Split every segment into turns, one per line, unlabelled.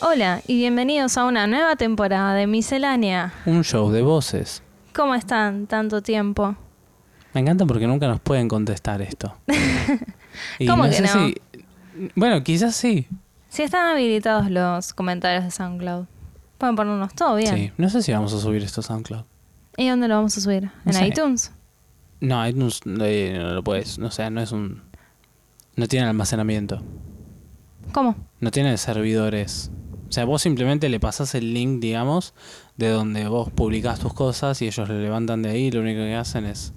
Hola y bienvenidos a una nueva temporada de Miscelánea.
Un show de voces.
¿Cómo están tanto tiempo?
Me encanta porque nunca nos pueden contestar esto. Y
¿Cómo que
sé
no?
si- Bueno, quizás sí.
Si están habilitados los comentarios de SoundCloud, pueden ponernos todo bien.
Sí. No sé si vamos a subir esto a SoundCloud.
¿Y dónde lo vamos a subir?
No
¿En
sé.
iTunes?
No, iTunes eh, no lo puedes. O sea, no es un. No tiene almacenamiento.
¿Cómo?
No tiene servidores. O sea, vos simplemente le pasas el link, digamos, de donde vos publicás tus cosas y ellos lo levantan de ahí. Lo único que hacen es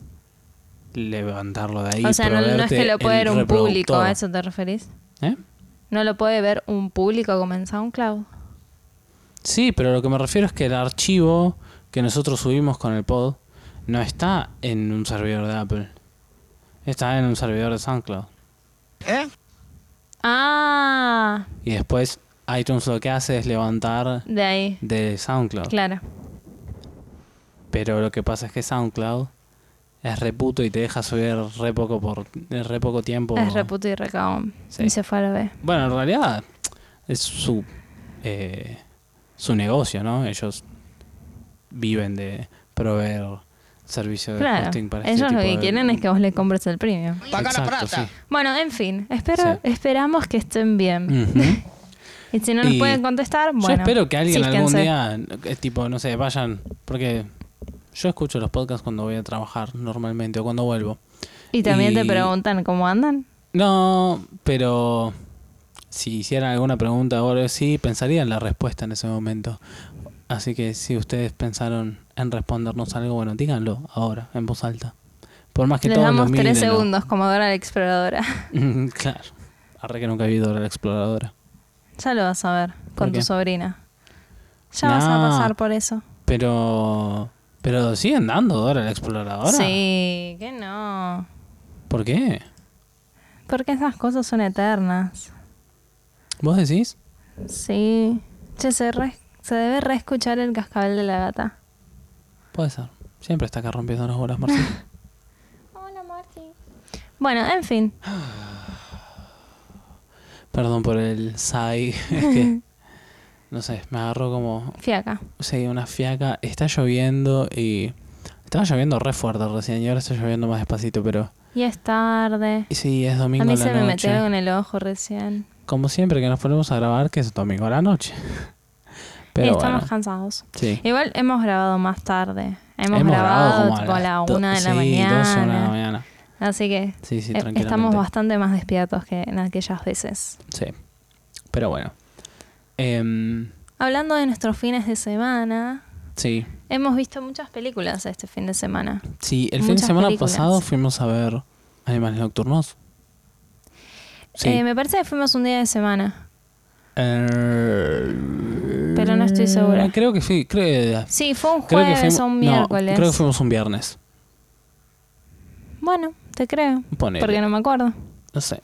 levantarlo de ahí.
o sea, no, no es
proveerte
que lo puede
el
ver un público,
reproductor.
¿a eso te referís?
¿Eh?
No lo puede ver un público como en SoundCloud.
Sí, pero lo que me refiero es que el archivo que nosotros subimos con el pod no está en un servidor de Apple. Está en un servidor de SoundCloud.
Ah,
Y después iTunes lo que hace es levantar
de ahí,
de SoundCloud.
claro.
Pero lo que pasa es que SoundCloud es reputo y te deja subir re poco por eh, re poco tiempo.
Es reputo y recaón.
Sí.
Y se fue a la B.
Bueno, en realidad es su eh, su negocio, ¿no? Ellos viven de proveer servicio de
Claro.
hosting para
Ellos
este
lo
tipo
que
de-
quieren es que vos le compres el premio.
Exacto, sí.
Bueno, en fin, espero,
Sí.
esperamos que estén bien.
Ujú.
Y si no nos
Y
pueden contestar, bueno.
yo espero que alguien algún
sísquense.
día, eh, tipo, no sé, vayan, porque yo escucho los podcasts cuando voy a trabajar normalmente o cuando vuelvo.
Y también te
y-
preguntan cómo andan.
No, pero si hicieran alguna pregunta o algo así, pensarían la respuesta en ese momento. Así que si ustedes pensaron en respondernos algo, bueno, díganlo ahora, en voz alta. Por más que
Les
todos
damos
lo
tres
miren, ¿no?
segundos como Dora la Exploradora.
claro. Arre que nunca he visto la exploradora.
ya lo vas a ver
¿Por
con tu
qué? Ah.
sobrina. Ya vas a
No.
pasar por eso.
Pero. Pero siguen dando Dora la exploradora.
Sí, que no.
¿Por qué?
Porque esas cosas son eternas.
¿Vos decís?
Sí. Che, se, re- se debe reescuchar el cascabel de la gata.
Puede ser. Siempre está acá rompiendo las bolas, Marcelo.
Bueno, en fin.
Perdón por el sai. Es que. No sé, me agarró como.
Fiaca.
Sí, una fiaca. Está lloviendo y. Estaba lloviendo re fuerte recién y ahora está lloviendo más despacito, pero.
Y es tarde.
y Sí, es
A
domingo
mí
la
se me
noche.
metió en el ojo recién.
Como siempre que nos ponemos a grabar, que es domingo a la noche.
y
Pero
estamos
bueno.
cansados.
Sí.
Igual hemos grabado más tarde. Hemos,
Hemos
grabado,
como
tipo a la
las do-
una de la
sí, 12
mañana.
de la mañana.
Así que
Sí,
eh,
sí, tranquilamente.
estamos bastante más despiertos que en aquellas veces.
Sí. Pero bueno. Em,
Hablando de nuestros fines de semana,
sí.
hemos visto muchas películas este fin de semana.
Sí, el fin de
Muchas
semana
películas.
pasado fuimos a ver Animales Nocturnos. Sí.
Eh, me parece que fuimos un día de semana.
Eh,
Pero no estoy segura.
Creo que sí. Creo,
Sí, fue un
creo que
jueves
fuimos,
o un
no,
miércoles.
creo que fuimos un viernes.
Bueno, te creo.
Ponele.
Porque no me acuerdo.
No sé.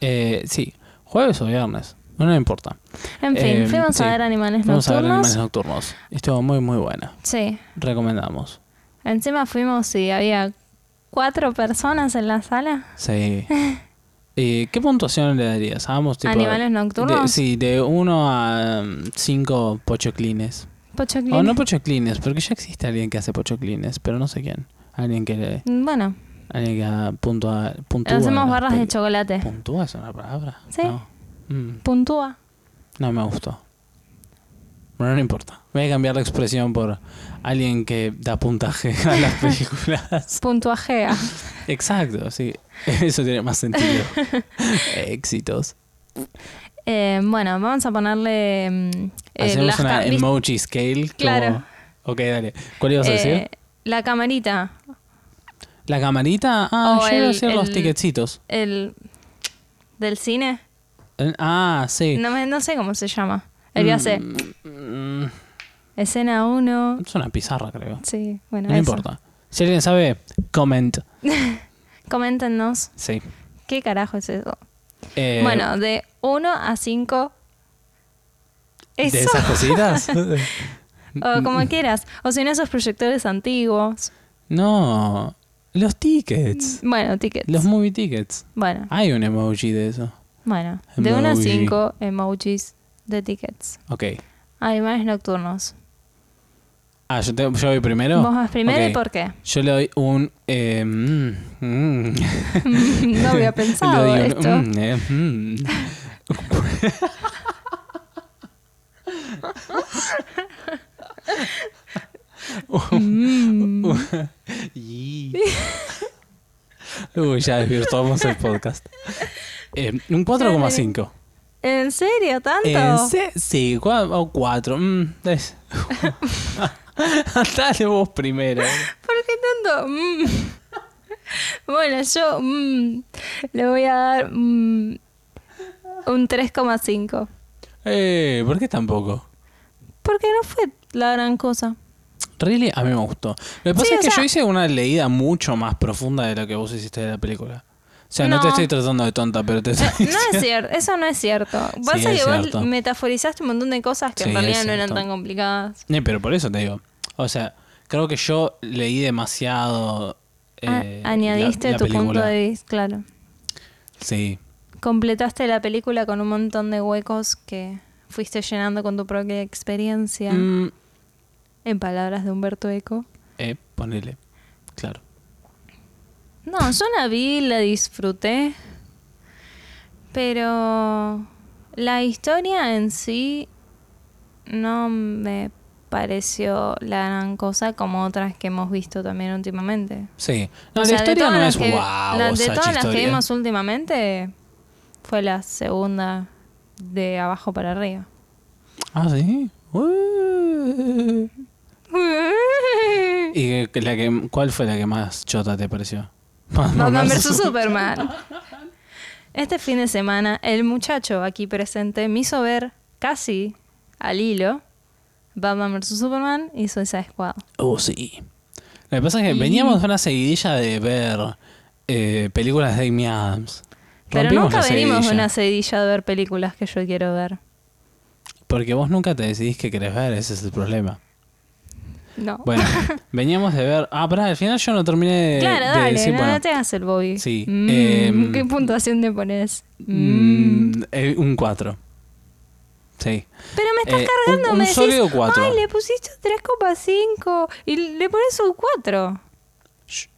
Eh, sí, jueves o viernes. No, me importa.
En fin,
Eh,
fuimos
sí.
a ver animales
Vamos a ver
nocturnos.
Animales Nocturnos. Estuvo muy, muy buena.
Sí.
Recomendamos.
Encima fuimos y había cuatro personas en la sala.
Sí. Eh, ¿Qué puntuación le darías? Hagamos tipo...
¿Animales
de-
nocturnos?
sí, de 1 a 5 pochoclines.
Pochoclini.
O Ah, no pochoclines, porque ya existe alguien que hace pochoclines, pero no sé quién. Alguien que le...
Bueno,
Alguien que ah, puntúa... puntúa
hacemos
las
barras de
peli-
chocolate.
¿Puntúa es una palabra?
Sí.
No, Mm,
Puntúa.
no me gustó. Bueno, no importa. Voy a cambiar la expresión por alguien que da puntaje a las películas.
Puntuajea.
Exacto, sí. Eso tiene más sentido. Éxitos.
Eh, bueno, vamos a ponerle. mm, eh,
Hacemos
las
una
ca- ¿viste?
emoji scale. como-
Claro.
Ok, dale. ¿Cuál ibas a
Eh,
decir?
La camarita.
La camarita. Ah,
o
yo iba a
el-
decir los
el-
ticketcitos.
El. Del cine.
Eh, Ah, sí.
No, me- no sé cómo se llama. El que hace.
Mm,
Escena 1.
es una pizarra, creo.
Sí,
No,
bueno. eso.
importa. Si alguien sabe, comment.
Coméntenos
Sí.
qué carajo es eso.
Eh,
bueno, de 1 a 5. Eso.
De esas cositas. Mm,
O como quieras. O si no, esos proyectores antiguos.
no. Los tickets.
Bueno, tickets.
Los movie tickets.
Bueno,
Hay un emoji de eso.
bueno. De 1 a
Emoji.
5 emojis de tickets.
Ok.
Animales nocturnos.
Ah, yo, te- yo voy primero.
Vos vas primero
Ok.
y por qué.
Yo le doy un. eh, mm, mm.
Mm, no había pensado
Le doy un,
esto.
mm, eh, mm.
Mm.
Y- Uy, ya desvirtuamos el podcast. Eh, un 4,5.
¿En serio? ¿Tanto?
En se- Eh, sí, cua- o 4. Mm, es- Dale vos primero.
¿Por qué tanto? Mm. Bueno, yo mm, le voy a dar mm, un 3,5.
Eh, ¿Por qué tampoco?
Porque no fue la gran cosa.
Really, a mí me gustó. Lo que pasa
Sí,
es
o
que
sea-
yo hice una leída mucho más profunda de lo que vos hiciste de la película. O sea, no, te
No. Eh,
estoy tratando de tonta, pero te estoy
No es cierto, eso no es cierto. Pasa
Sí,
que
es
vos
cierto.
metaforizaste un montón de cosas que
Sí,
en realidad
es
no eran
cierto.
tan complicadas.
Eh, pero por eso te digo. O sea, creo que yo leí demasiado.
Ah,
eh,
Añadiste
la- la
tu punto
película.
de vista, claro.
Sí.
Completaste la película con un montón de huecos que fuiste llenando con tu propia experiencia,
Mm,
en palabras de Humberto Eco.
eh, ponele. Claro.
No, yo la vi, la disfruté, pero la historia en sí no me pareció la gran cosa como otras que hemos visto también últimamente.
Sí. No,
O
la
sea, de
historia
todas
no
las
es
que-
wow.
la- de
Sachi
todas las que
historia.
vimos últimamente, fue la segunda de abajo para arriba.
Ah, sí. Uh. ¿Y que- la que, cuál fue la que más chota te pareció?
Batman vs Superman. Este fin de semana, el muchacho aquí presente me hizo ver casi al hilo Batman vs Superman y Suicide Squad.
Oh, sí. Lo que pasa es que veníamos de una seguidilla de ver eh, películas de Amy Adams.
Pero
Rompimos
nunca
la
venimos de
seguidilla.
una sedilla de ver películas que yo quiero ver.
Porque vos nunca te decidís qué querés ver, ese es el problema.
No.
Bueno, veníamos de ver. Ah, pará, al final yo no terminé de,
claro,
de
dale,
decir.
no,
bueno,
no te hagas el Bobby.
Sí,
Mm,
em,
¿Qué puntuación te pones? Mm.
mm, eh, un 4. Sí.
Pero me estás
Eh, un-
cargando,
un
me decís,
sólido cuatro.
ay, le pusiste 3,5 y le pones un 4.
Shh.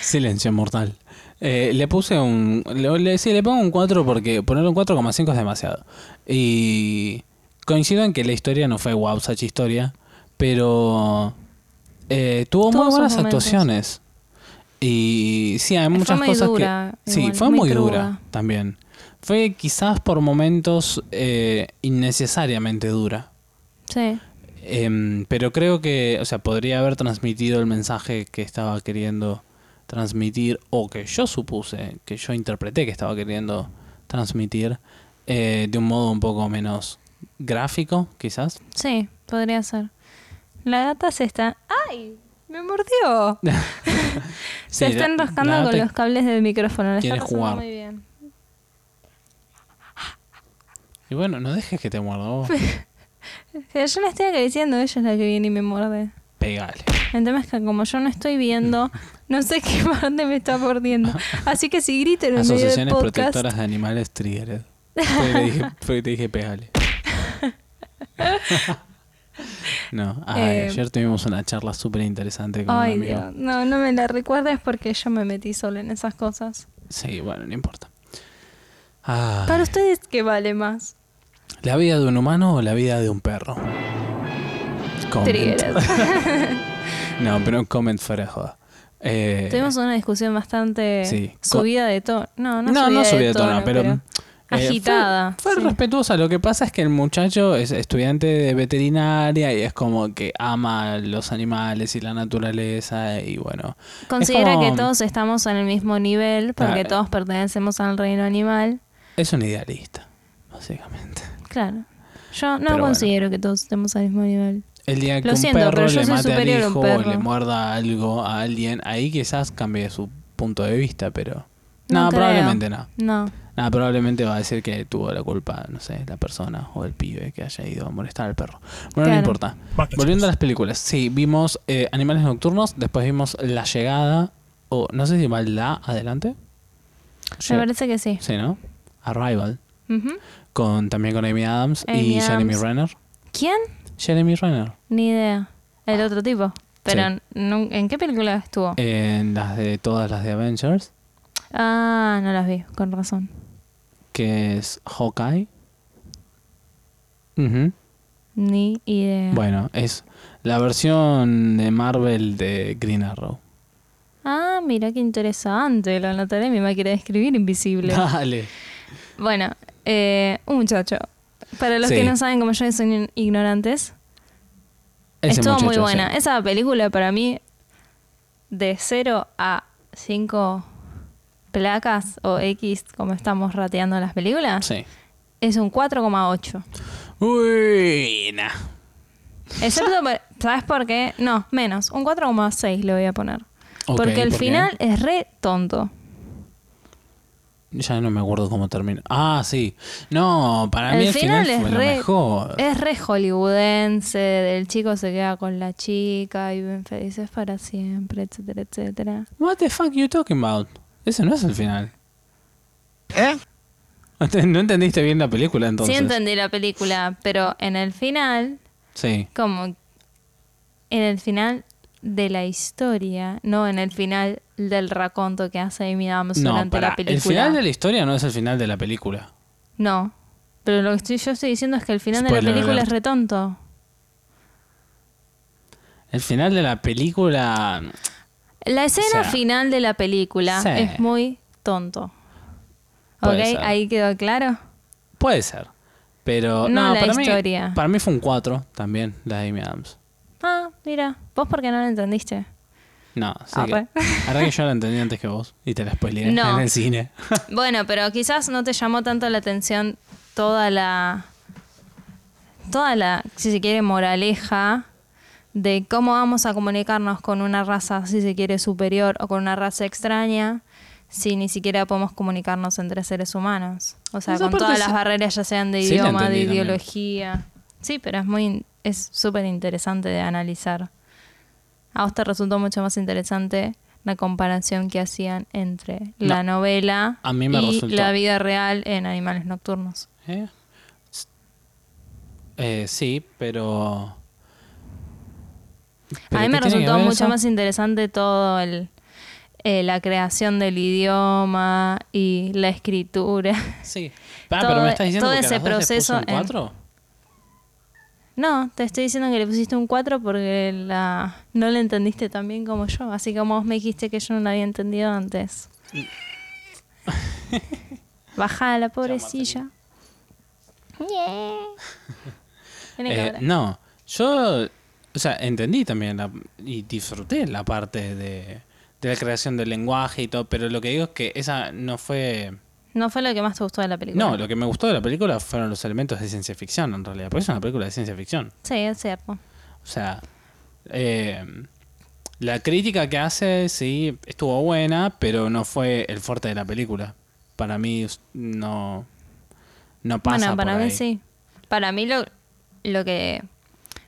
Silencio mortal. Eh, le puse un. Le, le- sí, le pongo un 4 porque poner un 4,5 es demasiado. Y. Coincido en que la historia no fue wow, sacha historia. Pero. eh, tuvo
Tuvo
muy
sus
buenas
momentos.
actuaciones. Y sí, hay muchas
muy
cosas
dura,
que. Sí,
igual,
fue
muy
muy dura
cruda.
también. Fue quizás por momentos eh, innecesariamente dura.
Sí.
Em, pero creo que, o sea, podría haber transmitido el mensaje que estaba queriendo transmitir o que yo supuse, que yo interpreté que estaba queriendo transmitir eh, de un modo un poco menos gráfico, quizás.
Sí, podría ser. La gata se está. ¡Ay! ¡Me mordió! se
Sí,
está
la-
enroscando
la
con
gata
los cables del micrófono. La está
quiere
pasando
jugar.
muy bien.
Y bueno, no dejes que te muerda vos.
Pero Eh, yo la estoy acariciando, ella es la que viene y me muerde.
Pegale.
El tema es que como yo no estoy viendo, no sé qué parte me está mordiendo. Así que si grito en el medio del
Asociaciones
podcast...
Protectoras de Animales Triggered. Fue que te dije, fue que te dije pegale. no, ay,
Eh,
ayer tuvimos una charla súper interesante con
Ay,
un amigo.
Dios. No, no me la recuerdes porque yo me metí sola en esas cosas.
Sí, bueno, no importa. Ah,
Para ustedes, ¿qué vale más?
¿La vida de un humano o la vida de un perro? Comment.
Triggered.
No, pero un comment fuera de joda. Eh,
Tuvimos una discusión bastante
Sí.
subida de tono. No, no,
no,
subida,
no
de,
subí de
tono,
pero... eh, fue-
agitada.
Fue,
sí.
respetuosa. Lo que pasa es que el muchacho es estudiante de veterinaria y es como que ama los animales y la naturaleza y bueno.
Considera
como-
que todos estamos en el mismo nivel porque
Claro.
todos pertenecemos al reino animal.
Es un idealista, básicamente.
Claro. Yo no
Pero
considero que todos estemos al mismo nivel.
El día que
Lo
un
siento,
perro
pero yo
le
soy
mate al
superior a un
hijo o
perro.
le muerda algo a alguien, ahí quizás cambie su punto de vista, pero. No,
No creo.
probablemente no.
No.
Nada, probablemente va a decir que tuvo la culpa, no sé, la persona o el pibe que haya ido a molestar al perro. Bueno, no
Claro.
importa. Volviendo a las películas, sí, vimos eh, Animales Nocturnos, después vimos La Llegada, o no sé si va la adelante.
Me
Lle-
parece que sí.
Sí, ¿no? Arrival.
Ujú.
con también con Amy Adams
Amy
y Jeremy
Adams.
Renner.
¿Quién?
Jeremy Renner
Ni idea. El otro tipo. Pero
Sí. Eh.
nun- ¿en qué película estuvo?
en las de todas las de Avengers,
Ah, no las vi, con razón.
que es Hawkeye. Ujú.
Ni idea.
Bueno, es la versión de Marvel de Green Arrow.
Ah, mira qué interesante. Lo anotaré en mi máquina de escribir invisible.
Dale.
Bueno, eh, un muchacho. Para los
Sí.
que no saben como yo son ignorantes,
Ese
estuvo muy
muchacho,
buena.
sí.
Esa película para mí, de 0 a 5 placas o X, como estamos rateando las películas,
Sí.
es un 4,8.
Buena.
Excepto, por- ¿sabes por qué? No, menos. Un 4,6 le voy a poner.
Ok,
Porque el
¿por qué?
final es re tonto.
Ya no me acuerdo cómo termina. Ah, sí. No, para mí
el
el final,
final,
fue
es
lo
re. Eh.
mejor.
Es re hollywoodense. El chico se queda con la chica y ven felices para siempre, etcétera, etcétera.
What the fuck you talking about? Ese no es el final.
¿Eh?
No entendiste bien la película entonces.
Sí entendí la película, pero en el final,
Sí.
como en el final de la historia, no en el final del raconto que hace Amy Adams
No,
durante
para,
la
el
película.
final de la historia no es el final de la película.
No, pero lo que estoy, yo estoy diciendo es que el final de
Spoiler
la película
alert.
es retonto.
El final de la película...
La escena
Sí.
final de la película
Sí.
es muy tonto. ¿Ok?
Puede ser.
Ahí quedó claro.
Puede ser. Pero...
No,
No,
la
para
historia.
Mí, para mí fue un 4 también, la de Amy Adams.
Ah, mira, vos porque no lo entendiste.
No, sí
Ah,
que-
pues.
la verdad que yo la entendí antes que vos y te la spoileé
No.
en el cine.
Bueno, pero quizás no te llamó tanto la atención toda la. toda la, si se quiere, moraleja de cómo vamos a comunicarnos con una raza, si se quiere, superior o con una raza extraña, si ni siquiera podemos comunicarnos entre seres humanos. O sea,
Esa
con
parte
todas
sí-
las barreras, ya sean de
Sí, la
idioma, de
entendí también.
ideología. Sí, pero es muy. es súper interesante de analizar. A vos te resultó mucho más interesante la comparación que hacían entre la novela
A mí me
y
resultó.
la vida real en Animales Nocturnos.
¿Eh? S- eh, sí, pero...
a mí me
¿Pero qué tiene que
resultó
ver
mucho
eso?
más interesante todo el eh, la creación del idioma y la escritura.
Sí. Ah,
Todo-
pero me estás diciendo
todo
que a
ese
las dos les
proceso
puso un
en-
4?
No, te estoy diciendo que le pusiste un 4 porque la, no la entendiste tan bien como yo. Así como vos me dijiste que yo no la había entendido antes. Bajá la pobrecilla. Yeah. Tiene que
Eh,
hablar.
no, yo, o sea, entendí también la- y disfruté la parte de, de la creación del lenguaje y todo, pero lo que digo es que esa no fue...
No fue lo que más te gustó de la película.
No, lo que me gustó de la película fueron los elementos de ciencia ficción, en realidad, porque es una película de ciencia ficción.
Sí, es cierto.
O sea, eh, la crítica que hace, sí, estuvo buena, pero no fue el fuerte de la película. Para mí no, no pasa
bueno, para
por
mí
ahí.
sí. Para mí lo, lo que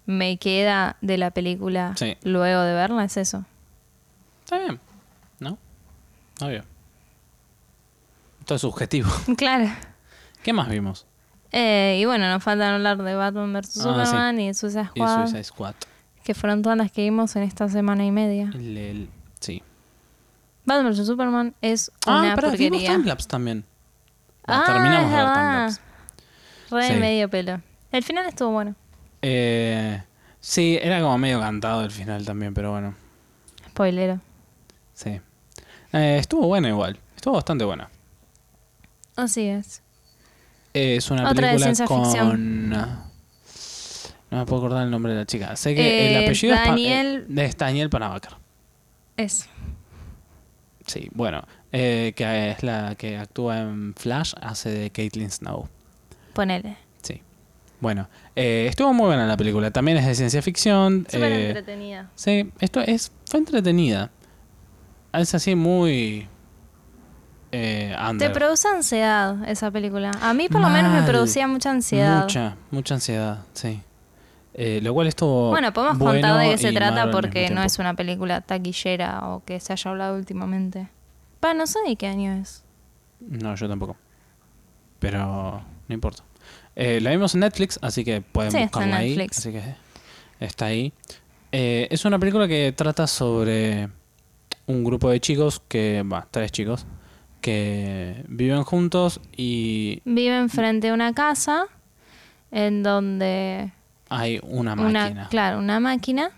me queda de la película
Sí.
luego de verla es eso.
Está bien. ¿No? Obvio. Esto es subjetivo.
Claro.
¿Qué más vimos?
Eh, y bueno, nos faltan hablar de Batman vs.
Ah,
Superman y Suicide
Y
Squad,
Suicide Squad.
que fueron todas las que vimos en esta semana y media.
El- el- sí.
Batman vs. Superman es
Ah,
una
pero vimos
porquería.
Timelapse también. Ah,
Ah,
terminamos
es
de ver
verdad.
Timelapse.
Re
Sí.
medio pelo. El final estuvo bueno.
Eh, sí, era como medio cantado el final también, pero bueno.
Spoilero.
Sí. Eh, estuvo buena igual. Estuvo bastante buena.
Así es.
Eh, es una
Otra de
película
ciencia
con...
ficción.
No me puedo acordar el nombre de la chica. Sé que el
Eh,
apellido es pa-
Daniel-
eh, es Daniel Panabacar.
Eso.
Sí, bueno, eh, que es la que actúa en Flash, hace de Caitlin Snow.
Ponele.
Sí. Bueno, eh, estuvo muy buena la película. También es de ciencia ficción.
Súper
eh,
entretenida.
sí, esto es, fue entretenida. Es así muy. Eh,
Te
under.
produce ansiedad esa película. A mí por lo menos me
Mal.
producía mucha ansiedad.
Mucha, mucha ansiedad, sí. Eh, lo cual estuvo.
Bueno, podemos
bueno
contar de qué se
y malo
trata
al
porque
mismo
no
tiempo.
es una película taquillera o que se haya hablado últimamente. Pa, no sé de qué año es.
No, yo tampoco. Pero no importa. Eh, la vimos en Netflix, así que pueden
Sí, está
buscarla
en
ahí.
Netflix.
Así que está ahí. Eh, es una película que trata sobre un grupo de chicos que, va, tres chicos, que viven juntos y
Viven frente a una casa en donde
hay una máquina.
una, claro, una máquina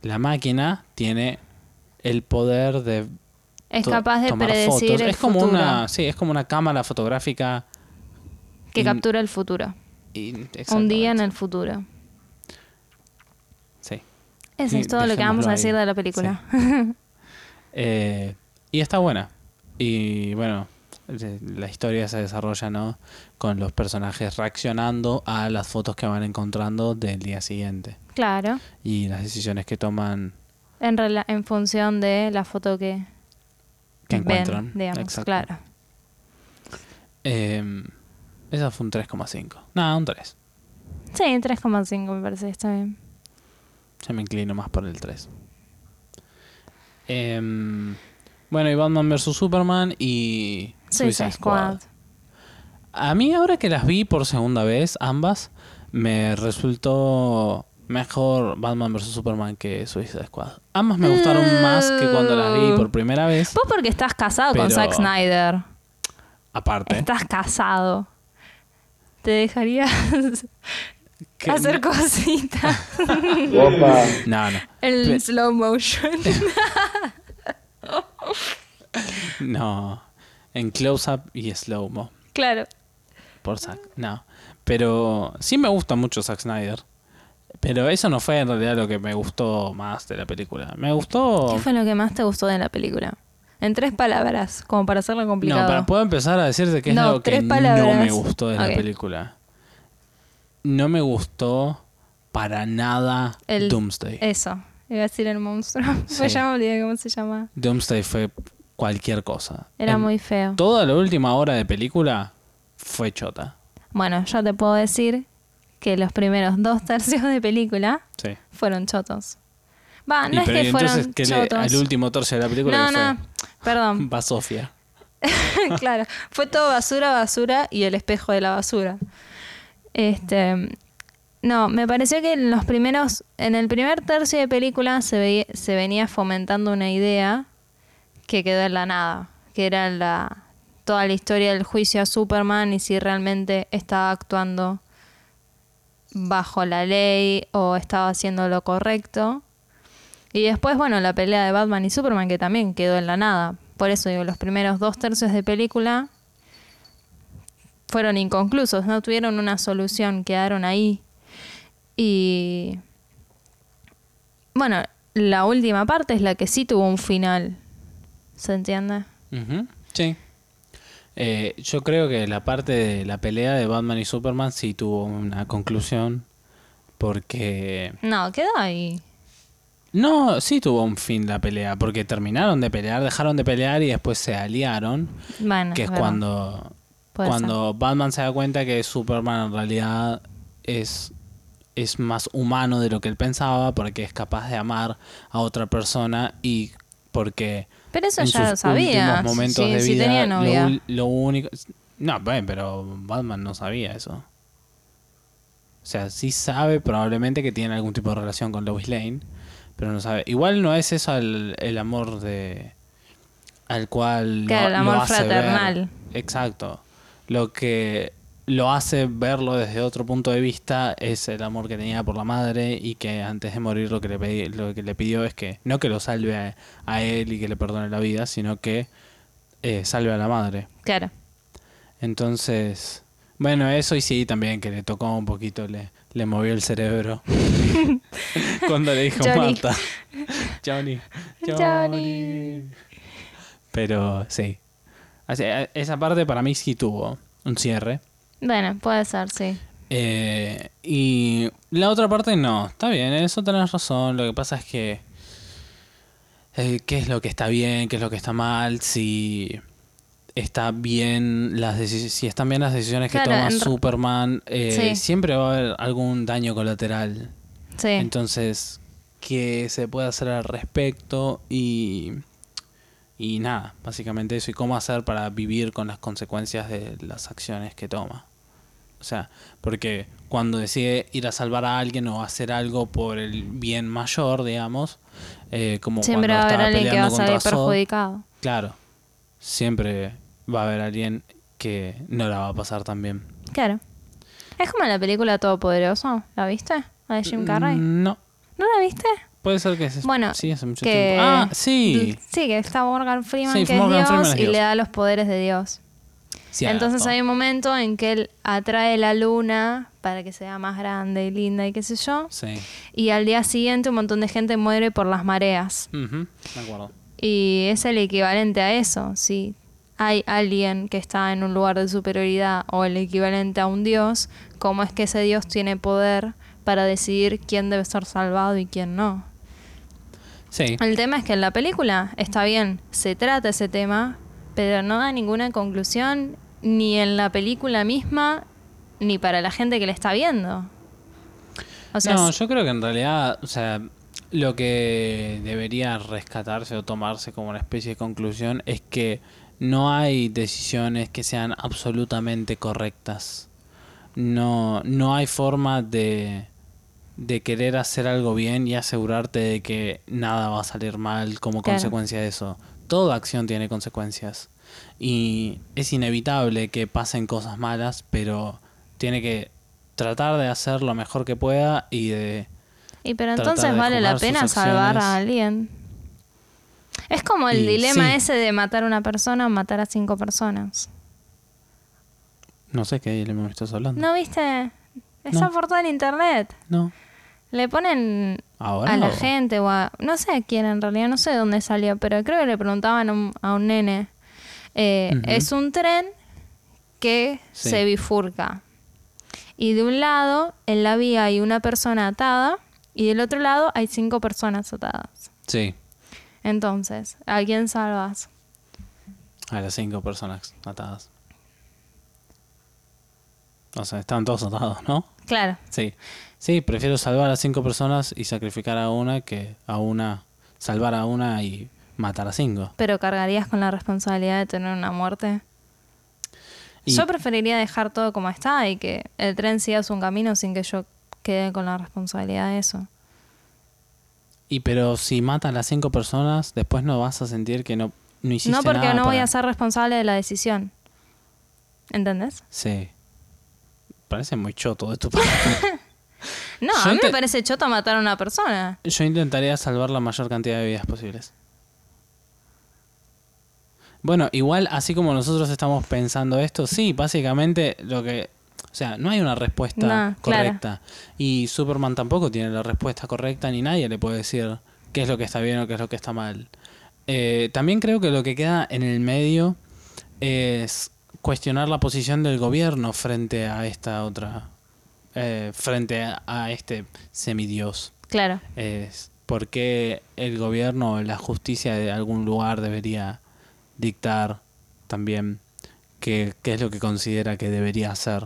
La máquina tiene el poder de
es
to-
capaz de
tomar
predecir
fotos.
el
es como
futuro,
una, sí, es como una cámara fotográfica
que
in-
captura el futuro.
y-
Un día en
exactamente.
el futuro.
Sí.
Eso
Sí,
es todo lo que vamos
dejémoslo
a
ahí.
decir de la película.
Eh, y está buena. Y bueno, eh, la historia se desarrolla, ¿no? Con los personajes reaccionando a las fotos que van encontrando del día siguiente.
Claro.
Y las decisiones que toman,
En, rela- en función de la foto que,
que
ven,
encuentran.
digamos,
Exacto.
claro.
Eh, esa fue un 3,5. Nada, un 3.
Sí, 3,5 me parece, está bien.
Ya me inclino más por el 3. bueno, y Batman vs. Superman y
Suicide Squad.
A mí ahora que las vi por segunda vez, ambas, me resultó mejor Batman vs. Superman que Suicide Squad. Ambas me gustaron más que cuando las vi por primera vez.
Vos porque estás casado con
Pero- ¿eh?
Zack Snyder.
Aparte,
Estás casado. Te dejarías
que-
hacer cositas
No, no.
en
Pe-
slow motion.
No. En close-up y slow-mo.
claro.
Por Zack. No. Pero sí me gusta mucho Zack Snyder. Pero eso no fue en realidad lo que me gustó más de la película. Me gustó.
¿Qué fue lo que más te gustó de la película? En tres palabras, como para hacerlo complicado.
No, para puedo empezar a decirte que es
No,
lo que
tres palabras.
no me gustó de
Ok.
la película. No me gustó para nada
El-
Doomsday.
Eso. Iba a decir el monstruo.
Sí.
Pues ya me olvidé cómo se llama.
Doomsday fue cualquier cosa.
Era
En
muy feo.
Toda la última hora de película fue chota.
Bueno, yo te puedo decir que los primeros dos tercios de película
Sí.
fueron chotos. Va,
Y
Ah, no es
pero
que
y
fueron
entonces, que le-
chotos.
al último tercio de la película
no,
que
no, perdón.
fue? Va Sofía.
claro, fue todo basura, basura y el espejo de la basura. Este, no, me pareció que en los primeros, en el primer tercio de película se, veía- se venía fomentando una idea que quedó en la nada, que era la toda la historia del juicio a Superman y si realmente estaba actuando bajo la ley o estaba haciendo lo correcto. Y después, bueno, la pelea de Batman y Superman, que también quedó en la nada. Por eso digo, los primeros dos tercios de película fueron inconclusos, no tuvieron una solución, quedaron ahí. Y bueno, la última parte es la que sí tuvo un final. ¿Se entiende?
Ujú, Sí. Eh, yo creo que la parte de la pelea de Batman y Superman sí tuvo una conclusión. Porque.
No, quedó ahí.
No, sí tuvo un fin la pelea. Porque terminaron de pelear, dejaron de pelear y después se aliaron.
Bueno,
que es
Mm, verdad.
cuando.
Puede
cuando Batman se da cuenta que Superman en realidad es. Es más humano de lo que él pensaba porque es capaz de amar a otra persona y porque
Pero eso
en
ya lo
sus
sabía.
últimos momentos
sí,
de
sí
vida,
tenía
lo
novia.
ul- Lo, único. No, bueno, pero Batman no sabía eso. O sea, sí sabe probablemente que tiene algún tipo de relación con Lois Lane, pero no sabe. Igual no es eso el, el amor de. al cual. lo-
Claro, el
lo
amor
hace ver.
fraternal.
Exacto. Lo que lo hace verlo desde otro punto de vista es el amor que tenía por la madre y que antes de morir lo que le, pedí- lo que le pidió es que no que lo salve a, a él y que le perdone la vida, sino que eh, salve a la madre.
Claro.
Entonces, bueno, eso y sí también que le tocó un poquito, le, le movió el cerebro cuando le dijo
Johnny.
Marta. Johnny.
Johnny.
Pero sí. Así, a- esa parte para mí sí tuvo un cierre.
Bueno, puede ser, sí.
Eh, y la otra parte no, está bien, en eso tenés razón. Lo que pasa es que. eh, ¿Qué es lo que está bien? ¿Qué es lo que está mal? Si. Está bien las deci- si están bien las decisiones que
Claro,
toma
en r-
Superman, eh,
Sí.
siempre va a haber algún daño colateral.
Sí.
Entonces, que se puede hacer al respecto y, Y nada, básicamente eso. Y cómo hacer para vivir con las consecuencias de las acciones que toma. O sea, porque cuando decide ir a salvar a alguien o hacer algo por el bien mayor, digamos, eh, como
Siempre va a
cuando
haber
estaba
alguien que va
peleando
a salir
contra Zod,
perjudicado.
Claro, siempre va a haber alguien que no la va a pasar tan bien.
Claro. Es como la película Todopoderoso. ¿La viste? La de
Mm.
Jim Carrey.
No,
¿No la viste?
puede ser que es,
Bueno,
sí, hace mucho
que-
tiempo. Ah, sí.
Sí, que está Morgan Freeman,
Sí,
que
Morgan
es
Freeman
Dios,
es
y
Dios.
le da los poderes de Dios.
Cierto.
Entonces hay un momento en que él atrae la luna para que sea más grande y linda y qué sé yo.
Sí.
Y al día siguiente un montón de gente muere por las mareas.
Ujú, me acuerdo.
Y es el equivalente a eso. Si hay alguien que está en un lugar de superioridad o el equivalente a un dios, ¿cómo es que ese dios tiene poder para decidir quién debe ser salvado y quién no?
Sí.
El tema es que en la película, está bien, se trata ese tema, pero no da ninguna conclusión ni en la película misma ni para la gente que la está viendo. O sea,
no,
s-
yo creo que en realidad, o sea, lo que debería rescatarse o tomarse como una especie de conclusión es que no hay decisiones que sean absolutamente correctas. No, no hay forma de, de querer hacer algo bien y asegurarte de que nada va a salir mal como
Claro.
consecuencia de eso. Toda acción tiene consecuencias. Y es inevitable que pasen cosas malas, pero tiene que tratar de hacer lo mejor que pueda y de...
y pero
tratar
entonces
de
vale la
jugar sus
pena salvar a
acciones.
alguien. Es como el
Y
dilema
sí.
ese de matar a una persona o matar a cinco personas.
No sé qué dilema me estás hablando.
¿No viste? Esa
No.
foto en internet.
No.
Le ponen
Ahora.
a la
o-
gente o a, no sé a quién en realidad, no sé de dónde salió, pero creo que le preguntaban a un, a un nene. Eh,
Ujú.
Es un tren que
Sí.
se bifurca. Y de un lado, en la vía hay una persona atada y del otro lado hay cinco personas atadas.
Sí.
Entonces, ¿a quién salvas?
A las cinco personas atadas. O sea, están todos atados, ¿no?
Claro,
Sí. Sí, prefiero salvar a cinco personas y sacrificar a una que a una... Salvar a una y matar a cinco.
pero ¿cargarías con la responsabilidad de tener una muerte?
Y-
Yo preferiría dejar todo como está y que el tren siga su camino sin que yo quede con la responsabilidad de eso.
Y pero si matas a las cinco personas, después no vas a sentir que no, no hiciste
No, porque
nada
no voy
para-
a ser responsable de la decisión. ¿Entendés?
Sí. Parece muy choto de tu parte.
No,
Yo
a mí me
ente-
parece choto matar a una persona.
Yo intentaría salvar la mayor cantidad de vidas posibles. Bueno, igual así como nosotros estamos pensando esto, sí, básicamente lo que... O sea, no hay una respuesta
No, claro.
correcta. Y Superman tampoco tiene la respuesta correcta, ni nadie le puede decir qué es lo que está bien o qué es lo que está mal. Eh, también creo que lo que queda en el medio es cuestionar la posición del gobierno frente a esta otra... eh, frente a- a este semidios
Claro.
es por qué el gobierno o la justicia de algún lugar debería dictar también qué, qué es lo que considera que debería hacer.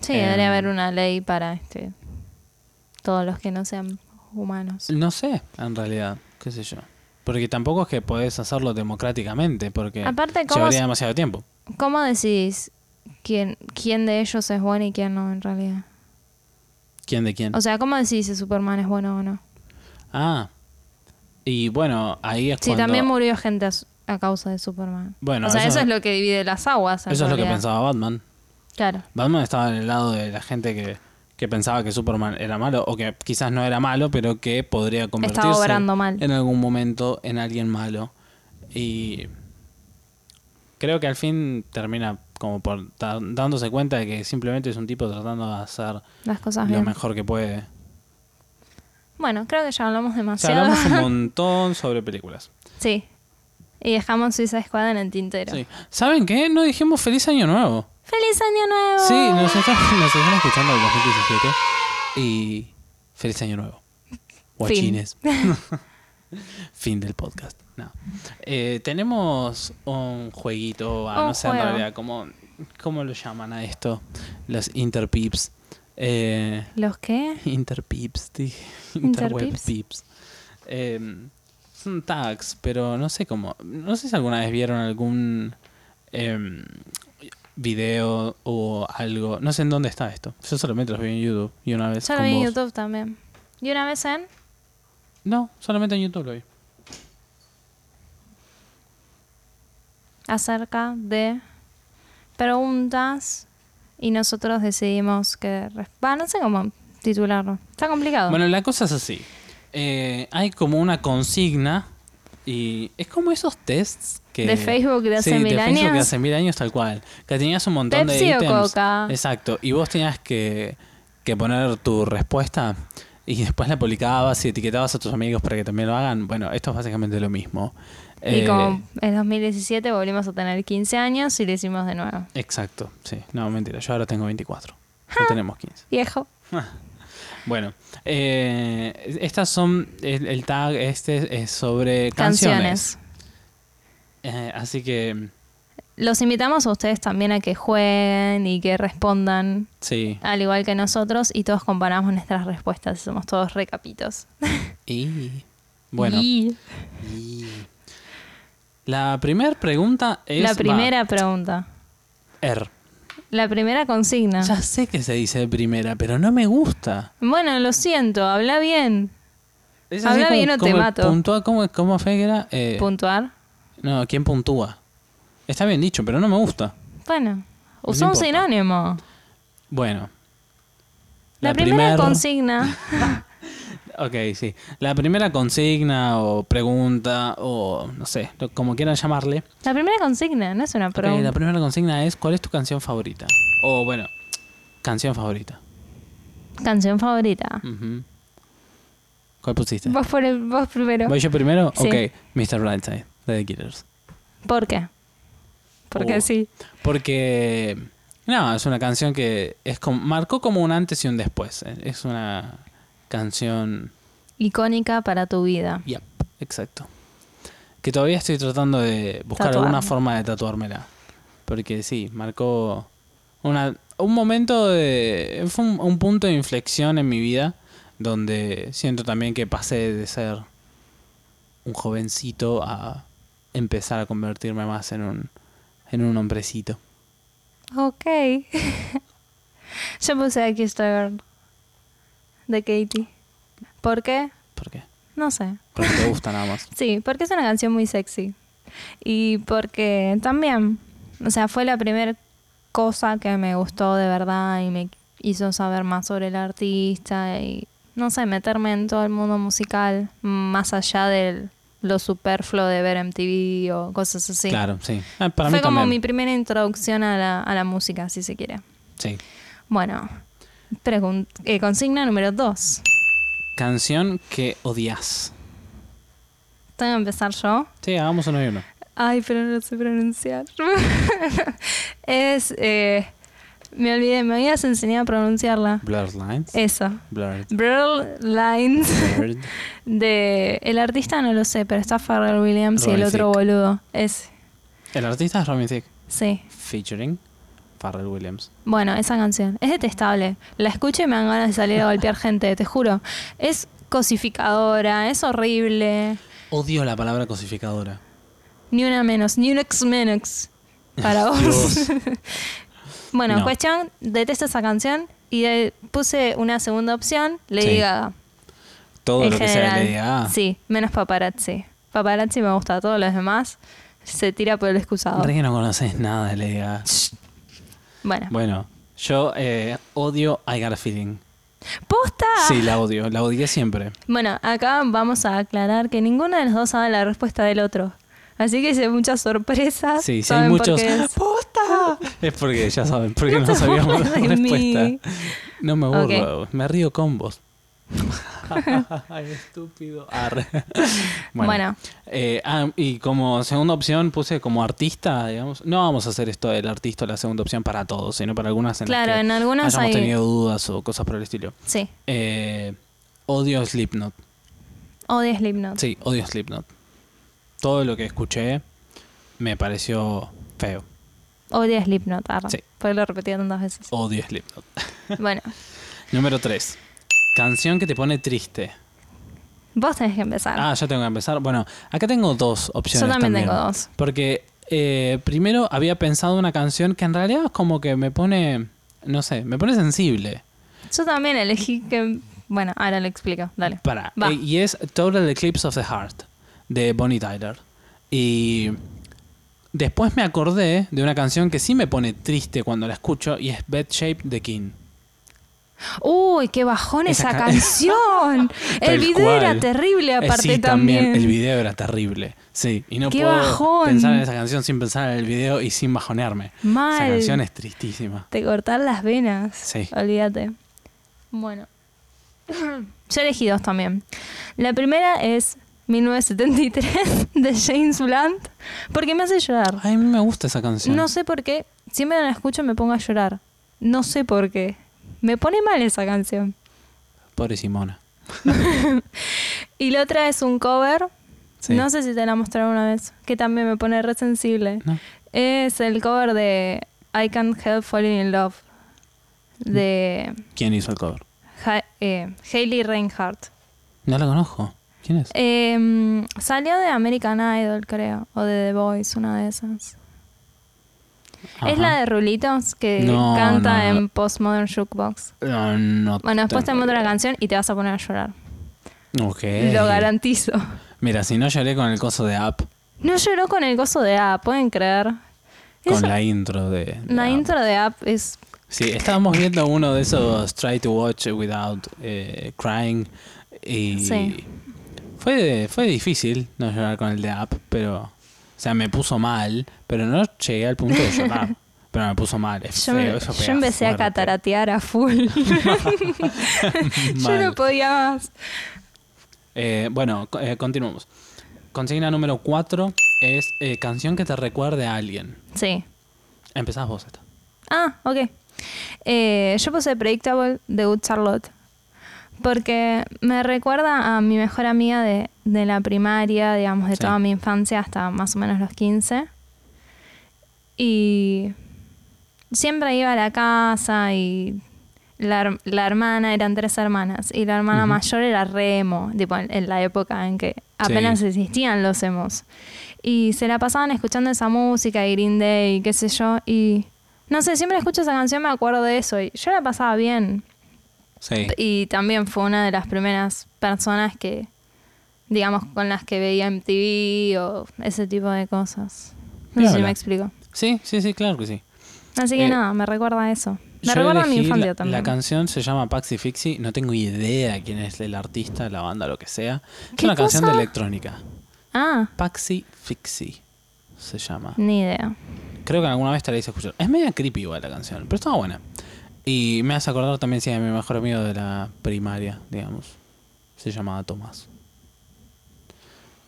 Sí,
Eh,
debería haber una ley para este todos los que no sean humanos.
No sé, en realidad, qué sé yo. Porque tampoco es que podés hacerlo democráticamente, porque
Aparte, ¿cómo
llevaría
se-
demasiado tiempo.
¿Cómo decidís quién, quién de ellos es bueno y quién no en realidad?
¿Quién de quién?
O sea, ¿cómo decidís si Superman es bueno o no?
ah, y bueno, ahí es
Si
cuando...
también murió gente a, su- a causa de Superman.
Bueno,
o sea,
eso-
eso, es lo que divide las aguas. en
Eso es lo que
realidad.
pensaba Batman.
Claro.
Batman estaba en el lado de la gente que, que pensaba que Superman era malo, o que quizás no era malo, pero que podría convertirse
obrando mal.
en algún momento en alguien malo. Y creo que al fin termina como por da- dándose cuenta de que simplemente es un tipo tratando de hacer
Las cosas
lo
bien.
mejor que puede.
Bueno, creo que ya hablamos
O sea,
demasiado.
hablamos un montón sobre películas.
Sí. Y dejamos Suiza Squad en el tintero.
Sí. ¿Saben qué? No dijimos feliz año nuevo.
¡Feliz Año Nuevo!
Sí, nos están, nos están escuchando el 2017. Y feliz año nuevo. Guachines. Fin, del podcast. No. Eh, tenemos un jueguito, ah,
Un
no sé en
juego.
realidad cómo, cómo lo llaman a esto. Los interpips. Eh,
¿Los qué?
interpips, dije.
Interpips.
Interweb pips. Eh, son tags, pero no sé cómo. No sé si alguna vez vieron algún em, video o algo. No sé en dónde está esto. Yo solamente los vi en YouTube y una vez.
Yo lo
con
vi en
vos.
YouTube también. Y una vez en.
No, solamente en YouTube lo vi.
acerca de preguntas y nosotros decidimos que... res- Va, no sé cómo titularlo. Está complicado.
Bueno, la cosa es así. Eh, hay como una consigna y es como esos tests que...
¿De Facebook de hace
Sí,
mil
de Facebook de
años?
hace mil años tal cual. Que tenías un montón
Pepsi
de
o
ítems.
Coca.
Exacto. Y vos tenías que, que poner tu respuesta y después la publicabas y etiquetabas a tus amigos para que también lo hagan. Bueno, esto es básicamente lo mismo.
y
Eh,
como en 2017 volvimos a tener 15 años y lo hicimos de nuevo.
Exacto, sí. No, mentira. Yo ahora tengo 24.
Ah.
No tenemos 15.
Viejo.
Bueno, eh, estas son. El, el tag este es sobre canciones.
Canciones.
Eh, así que.
Los invitamos a ustedes también a que jueguen y que respondan
Sí.
al igual que nosotros y todos comparamos nuestras respuestas. Somos todos recapitos.
Y. Bueno.
Y
y- La primera pregunta es.
la
va,
primera pregunta.
er.
La primera consigna.
Ya sé que se dice primera, pero no me gusta.
Bueno, lo siento, habla bien.
Es
Habla
como-
bien o te
como el
mato.
Puntúa, ¿cómo, cómo fue que era? Eh,
puntuar.
no, ¿quién puntúa? Está bien dicho, pero no me gusta.
Bueno,
No
usó un
importa.
sinónimo.
Bueno.
La, primera
primer-
consigna.
Ok, sí. La primera consigna o pregunta o no sé, lo- como quieran llamarle. Ok,
La primera consigna, no es una
la
pregunta.
primera consigna es ¿cuál es tu canción favorita? O bueno, canción favorita.
Canción favorita.
Ujú. ¿Cuál pusiste?
Ah. Vos, por el, vos primero.
¿Voy yo primero?
Sí.
Ok, Mr. Brightside, de The Killers.
¿Por qué? Porque
Oh.
sí.
Porque, no, es una canción que es como, marcó como un antes y un después. eh. Es una canción...
Icónica para tu vida.
Yep, exacto. Que todavía estoy tratando de buscar
Tatuarme.
alguna forma de tatuármela. Porque sí, marcó una, un momento de... Fue un, un punto de inflexión en mi vida donde siento también que pasé de ser un jovencito a empezar a convertirme más en un, en un hombrecito.
Ok. yo puse aquí estoy de Katie. ¿Por qué?
¿Por qué?
No sé.
Porque te gusta nada más.
Sí, porque es una canción muy sexy. Y porque también, o sea, fue la primera cosa que me gustó de verdad y me hizo saber más sobre el artista y, no sé, meterme en todo el mundo musical, más allá de lo superfluo de ver MTV o cosas así.
Claro, sí. Ah, para
fue
mí
como
también.
mi primera introducción a la, a la música, si se quiere.
Sí.
Bueno, pregun- eh, consigna número dos.
Canción que odias.
Tengo que empezar yo.
Sí, hagamos uno y uno.
Ay, pero no sé pronunciar. es. eh, me olvidé, me habías enseñado a pronunciarla.
Blurred Lines.
Eso.
Blurred.
Blurred Lines
Blurred.
de. El artista no lo sé, pero está Pharrell Williams y el
Robin
otro
Thicke.
boludo. Es.
El artista es Robin Thicke,
Sí.
featuring Pharrell Williams.
Bueno, esa canción. Es detestable. La escucho y me dan ganas de salir a golpear gente, te juro. Es cosificadora, es horrible.
Odio la palabra cosificadora.
Ni una menos, ni un ex menos. Para vos. bueno,
No.
cuestión, detesto esa canción y de- puse una segunda opción, Lady
Sí,
Gaga.
Todo
en
lo que ah. sea
general.
de Lady Gaga.
Sí, menos paparazzi. Paparazzi me gusta, todos los demás se tira por el excusado.
Re que no conoces nada de Lady Gaga.
Bueno,
Bueno, yo eh, odio I Got a Feeling.
¡posta!
Sí, la odio. La odié siempre.
Bueno, acá vamos a aclarar que ninguno de los dos sabe la respuesta del otro. Así que si hay muchas sorpresas.
Sí, si hay
Ah, saben por
muchos.
qué es.
¡Posta! Es porque ya saben, porque
No
no,
te
sabíamos la
burles de mí.
respuesta. No me burlo,
Ok.
me río con vos. Ay, estúpido. Arre.
Bueno.
eh, ah, y como segunda opción puse como artista, digamos. No vamos a hacer esto del artista la segunda opción para todos, sino para algunas en las
Claro,
que
en algunas
hayamos
hay-
tenido dudas o cosas por el estilo.
Sí,
Eh, odio Slipknot.
odio Slipknot.
Sí, odio Slipknot. Todo lo que escuché me pareció feo.
Odio Slipknot, arra.
Sí.
Porque lo repetía tantas veces.
Odio Slipknot.
Bueno,
Número 3. Canción que te pone triste.
Vos tenés que empezar.
Ah, yo tengo que empezar. Bueno, acá tengo dos opciones.
Yo también tengo dos.
Porque eh, primero había pensado una canción que en realidad es como que me pone, no sé, me pone sensible.
Yo también elegí que. Bueno, ahora lo explico. Dale.
Para.
Va.
Eh, y es Total Eclipse of the Heart de Bonnie Tyler. Y después me acordé de una canción que sí me pone triste cuando la escucho y es Bad Shape de King.
Uy, qué bajón esa,
Esa ca-
canción. el
Tal
video era
cual.
terrible,
Eh,
aparte
sí,
también.
El video era terrible. Sí, y no
¡Qué
puedo
bajón!
pensar en esa canción sin pensar en el video y sin bajonearme. Esa
Mal.
canción es tristísima.
Te cortar las venas.
Sí.
Olvídate. Bueno. Yo elegí dos también. La primera es 1973 de James Blunt, porque me hace llorar.
Ay, a mí me gusta esa canción.
No sé por qué. Siempre la escucho y me pongo a llorar. No sé por qué. Me pone mal esa canción.
Pobre Simona.
Y la otra es un cover.
Sí.
No sé si te la mostré una vez, que también me pone re sensible.
No.
Es el cover de I Can't Help Falling in Love de
¿Quién hizo el cover?
Ha- eh, Hailey Reinhardt.
No la conozco. ¿Quién es?
Eh, salió de American Idol, creo, o de The Voice, una de esas. Es
Ajá.
la de Rulitos que
No,
canta
no, no.
en Postmodern Jukebox.
No, no
Bueno, después te
tengo
mando la canción y te vas a poner a llorar.
Ok.
Lo garantizo.
Mira, si no lloré con el coso de App,
No lloró con el gozo de A, pueden creer.
con
Es-
la intro de. de
la
Up.
intro de App es
Sí, estábamos viendo uno de esos Try to Watch Without eh, Crying. Y.
Sí.
Fue, fue difícil no llorar con el de App, pero. O sea, me puso mal, pero no llegué al punto de llorar. pero me puso mal. Es
Yo,
feo,
me-
eso
yo
pega
empecé a
fuerte.
cataratear a full. yo
Mal.
no podía más.
Eh, bueno, co- eh, continuamos. Consigna número 4 es eh, canción que te recuerde a alguien.
Sí.
Empezás vos esta.
Ah, ok. Eh, yo puse Predictable de Good Charlotte. Porque me recuerda a mi mejor amiga de, de la primaria, digamos, de
Sí.
toda mi infancia hasta más o menos los 15. Y siempre iba a la casa y la, her- la hermana, eran tres hermanas, y la hermana
Ujú.
mayor era re emo, tipo en, en la época en que apenas
Sí.
existían los emos. Y se la pasaban escuchando esa música y Green Day, y qué sé yo, y no sé, siempre escucho esa canción, me acuerdo de eso, y yo la pasaba bien.
Sí.
Y también fue una de las primeras personas que, digamos, con las que veía MTV o ese tipo de cosas. No sé si
Piola.
me explico.
Sí, sí, sí, claro que sí.
Así que
Eh,
nada, me recuerda a eso. Me
Yo
recuerda a mi
elegí
infancia
la,
también.
La canción se llama Paxi Fixi. No tengo idea quién es el artista, la banda, lo que sea. Es
¿Qué
una canción de
cosa?
electrónica.
ah,
Paxi Fixi se llama.
ni idea.
Creo que alguna vez te la hice escuchar. Es media creepy igual la canción, pero estaba buena. Y me hace acordar también, sí, a mi mejor amigo de la primaria, digamos. Se llamaba Tomás.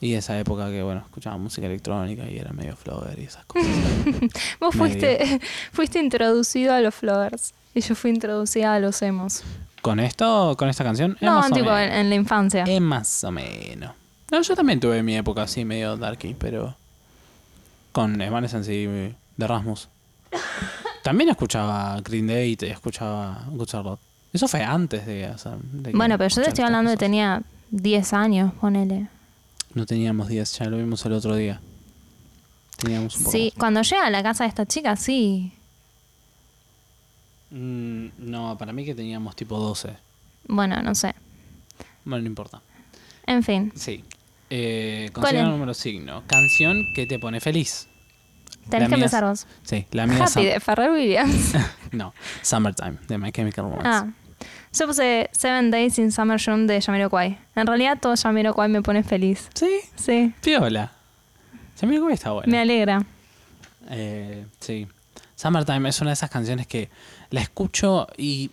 Y esa época que, bueno, escuchaba música electrónica y era medio flogger y esas cosas.
Vos
Medio.
fuiste, fuiste introducido a los flowers y yo fui introducida a los emos.
¿Con esto, con esta canción? es
No,
más o
tipo
menos. Eh,
en, en la infancia.
Es más o menos. No, yo también tuve mi época así, medio darky, pero. Con Evanescence y de Rasmus. También escuchaba Green Day y te- escuchaba Good Charlotte. Eso fue antes de, o sea, de que
bueno, pero yo
escuchar
te estoy
estas
hablando de
cosas.
tenía 10 años, ponele.
No teníamos 10, ya lo vimos el otro día. Teníamos un poco.
Sí, cuando llega a la casa de esta chica, sí.
más. Mm, no, para mí que teníamos tipo 12.
Bueno, no sé.
Bueno, no importa.
En fin,
Sí. Eh,
¿Cuál
consigna
es?
número signo. Canción que te pone feliz.
tenés que
La mía es-
empezar vos.
Sí, la mía es
Happy de Pharrell Williams.
No, Summertime de My Chemical Romance.
ah. Yo puse Seven Days in Summer June de Jamiroquai. En realidad todo Jamiroquai me pone feliz.
Sí,
Sí,
piola. Jamiroquai está bueno.
me alegra.
Eh, sí. Summertime es una de esas canciones que la escucho y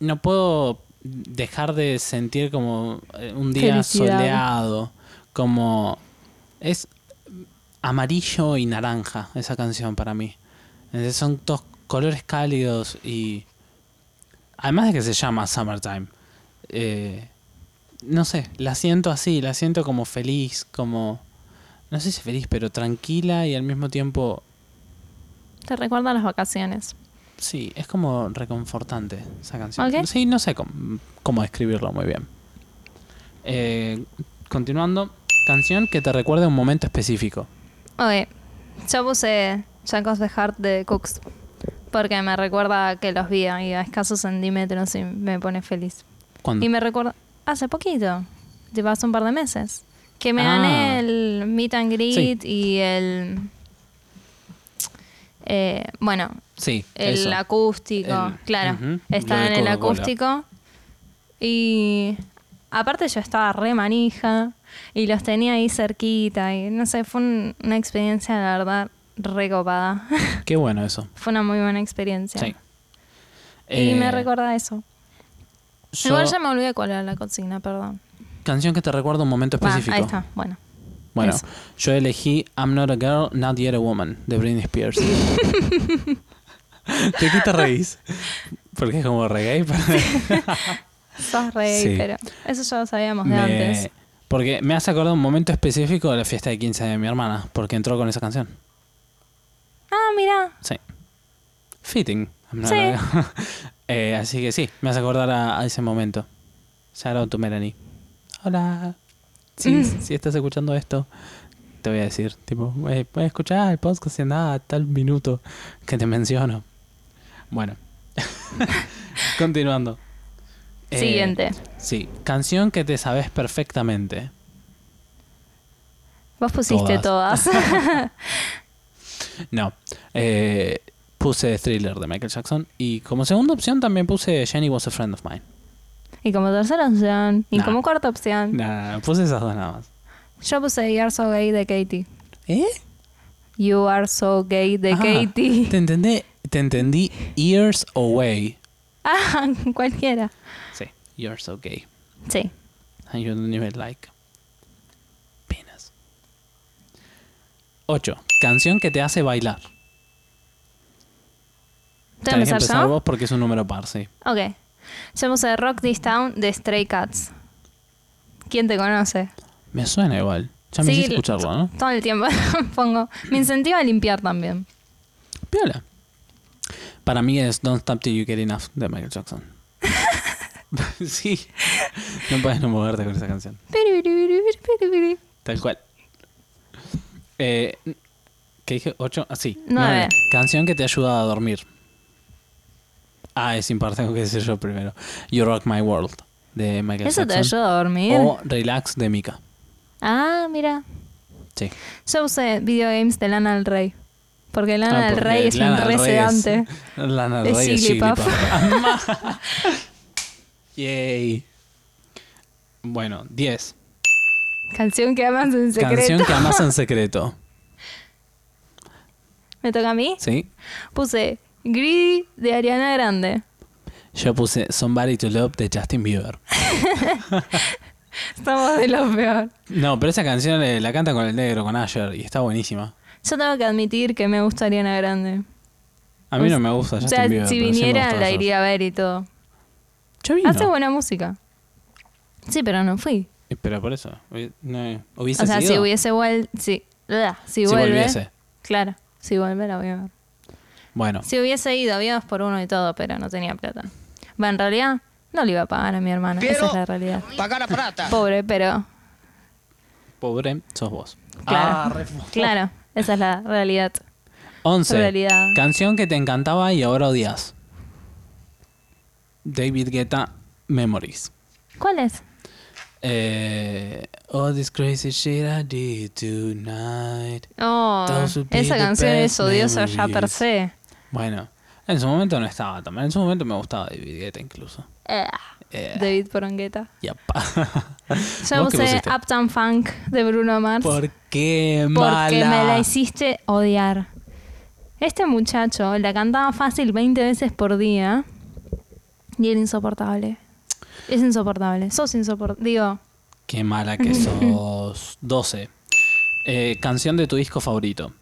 no puedo dejar de sentir como eh, un día
Felicidad.
soleado, como es amarillo y naranja esa canción para mí. Entonces son dos colores cálidos y además de que se llama Summertime, eh, no sé, la siento así, la siento como feliz, como no sé si feliz, pero tranquila y al mismo tiempo
Te recuerda las vacaciones.
Sí, es como reconfortante esa canción.
Ok.
Sí, no sé cómo, cómo describirlo muy bien. Eh, continuando, canción que te recuerde a un momento específico.
Ok, yo puse Jack of the Heart de Cooks. Porque me recuerda que los vi ahí a escasos centímetros y me pone feliz.
Cuando
Y me recuerda. Hace poquito, llevas un par de meses, que me
Ah.
gané el meet and greet y el. eh, bueno,
Sí,
el
eso.
acústico,
El-
claro.
Ujú. Lo
Estaba
de
en el
Coca-Cola.
acústico. Y aparte yo estaba re manija y los tenía ahí cerquita y no sé, fue un- una experiencia la verdad re copada.
Qué bueno eso.
fue una muy buena experiencia.
Sí.
Y
Eh,
me recuerda a eso.
yo-
Igual ya me olvidé cuál era la consigna, perdón.
Canción que te recuerda a un momento
Va,
específico.
ahí está, bueno.
Bueno,
Eso.
yo elegí I'm Not a Girl, Not Yet a Woman de Britney Spears. ¿De qué te reís? Porque es como reggae.
Sos rey,
Sí.
pero eso ya lo sabíamos de
me,
antes.
porque me hace acordar un momento específico de la fiesta de 15 de mi hermana, porque entró con esa canción.
Ah, mira.
Sí. Fitting. I'm not
Sí.
a girl. Eh, así que sí, me hace acordar a, a ese momento. Shout out to Melanie. Hola. Si,
Mm.
si estás escuchando esto, te voy a decir, tipo, eh, puedes escuchar el podcast en nada, tal minuto que te menciono. Bueno. Continuando. Eh,
Siguiente.
Sí, canción que te sabes perfectamente.
Vos pusiste todas.
No. Eh, puse Thriller de Michael Jackson y como segunda opción también puse Jenny was a friend of mine.
y como tercera opción. Y
Nah.
como cuarta opción.
Nah, puse esas dos nada más.
Yo puse You Are So Gay de Katie.
¿Eh?
You Are So Gay de
Ah, Te
Katie.
entendí, te entendí Years Away.
ah, cualquiera.
Sí, You're so gay.
Sí.
And you don't even like penis. 8. Canción que te hace bailar.
¿Tengo que
Tenés que
empezar
empezar
yo?
vos porque es un número par, sí.
Ok. Yo puse Rock This Town de Stray Cats. ¿Quién te conoce?
Me suena igual. Ya me
Sí,
hiciste escucharlo, ¿no?
Todo el tiempo pongo. Me incentiva a limpiar también.
Piola. Para mí es Don't Stop Till You Get Enough de Michael Jackson. sí. No puedes no moverte con esa canción. Tal cual. Eh, ¿Qué dije? ¿Ocho? Ah, sí.
Nueve.
Nueve. Canción que te ayuda a dormir. Ah, es impar, tengo que decir yo primero. You Rock My World de Michael
¿Eso
Jackson.
te ayuda a dormir?
O Relax de Mika.
Ah, mira.
Sí.
Yo usé videogames de Lana del Rey. Porque Lana
Ah,
del
porque
Rey es
Lana
un
del Rey es-
resedante.
Lana del
Es
Rey es
Jigglypuff.
Jigglypuff. Yay. Bueno, 10.
Canción que amas en secreto.
Canción que amas en secreto.
¿Me toca a mí?
¿Sí?
Puse Greedy de Ariana Grande.
Yo puse Somebody to Love de Justin Bieber.
Estamos de lo peor.
No, pero esa canción eh, la canta con el negro, con Asher, y está buenísima.
Yo tengo que admitir que me gusta Ariana Grande.
A mí no me gusta
o
Justin
sea,
Bieber.
si
pero sí me
viniera
gusta
la
Asher.
iría Ah, a ver y todo.
Yo vino.
Hace buena música. Sí, pero no fui.
Eh, Pero por eso. eh, no, ¿Hubiese
O sea,
sido?
si hubiese vuelto. Sí. Blah, Si,
Si
vuelve.
volviese.
Claro, si vuelve la voy a ver.
Bueno,
Si hubiese ido, había dos por uno y todo, pero no tenía plata. Va, en realidad, no le iba a pagar a mi hermana. Esa
Pero-
es la realidad.
Pagar a prata.
Pobre, pero.
pobre, sos vos.
Claro. claro, esa es la realidad.
11.
Realidad.
Canción que te encantaba y ahora odias. David Guetta, Memories.
¿Cuál es?
Eh, All this crazy shit I did tonight.
Oh,
Those would be
esa
the
canción es
best
odiosa ya
memories.
per se.
Bueno, en su momento no estaba tan mal. En su momento me gustaba David Guetta incluso.
Eh,
Eh,
David Porongueta.
ya pa.
Yo
¿Vos qué
puse
pusiste?
Uptown Funk de Bruno Mars.
¿Por qué mala?
Porque me la hiciste odiar. Este muchacho la cantaba fácil 20 veces por día y era insoportable. Es insoportable. Sos insoportable. Digo,
Qué mala que sos. 12. Eh, canción de tu disco favorito.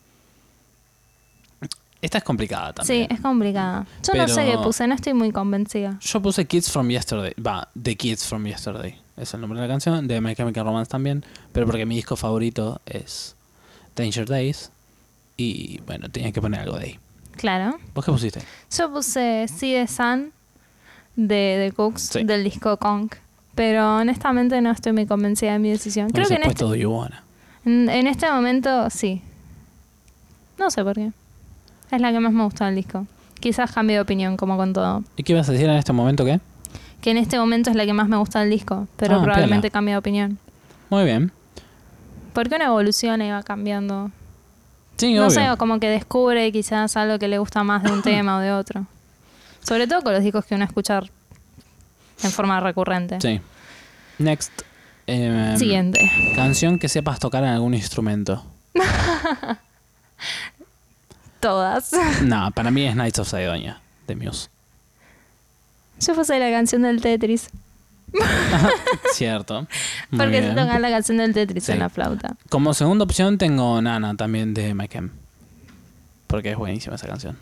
Esta es complicada también.
sí, es complicada. Yo no
Pero-
sé qué puse, no estoy muy convencida.
Yo puse Kids from Yesterday. Va, The Kids from Yesterday. Es el nombre de la canción. De My Chemical Romance también. Pero porque mi disco favorito es Danger Days. Y bueno, tenía que poner algo de ahí.
Claro.
¿Vos qué pusiste?
Yo puse See the Sun de The Cooks
Sí.
del disco Conk, Pero honestamente no estoy muy convencida de mi decisión. Creo que en este,
puesto Do You Wanna.
en- en este momento sí. No sé por qué. Es la que más me gustó del disco. Quizás cambie de opinión, como con todo.
¿Y qué vas a decir en este momento qué?
Que en este momento es la que más me gusta del disco, pero
Ah,
probablemente
piola.
cambie de opinión.
Muy bien.
Porque una evolución y va cambiando.
Sí,
no
obvio.
sé, o como que descubre quizás algo que le gusta más de un tema o de otro. Sobre todo con los discos que uno escucha en forma recurrente.
Sí. Next. em,
Siguiente.
Canción que sepas tocar en algún instrumento.
Todas.
no, para mí es Knights of Sidonia, de Muse.
Yo puse la canción del Tetris.
Cierto. Muy
Porque se
bien.
toca la canción del Tetris
Sí.
en la flauta.
Como segunda opción tengo Nana también de McKem. Porque es buenísima esa canción.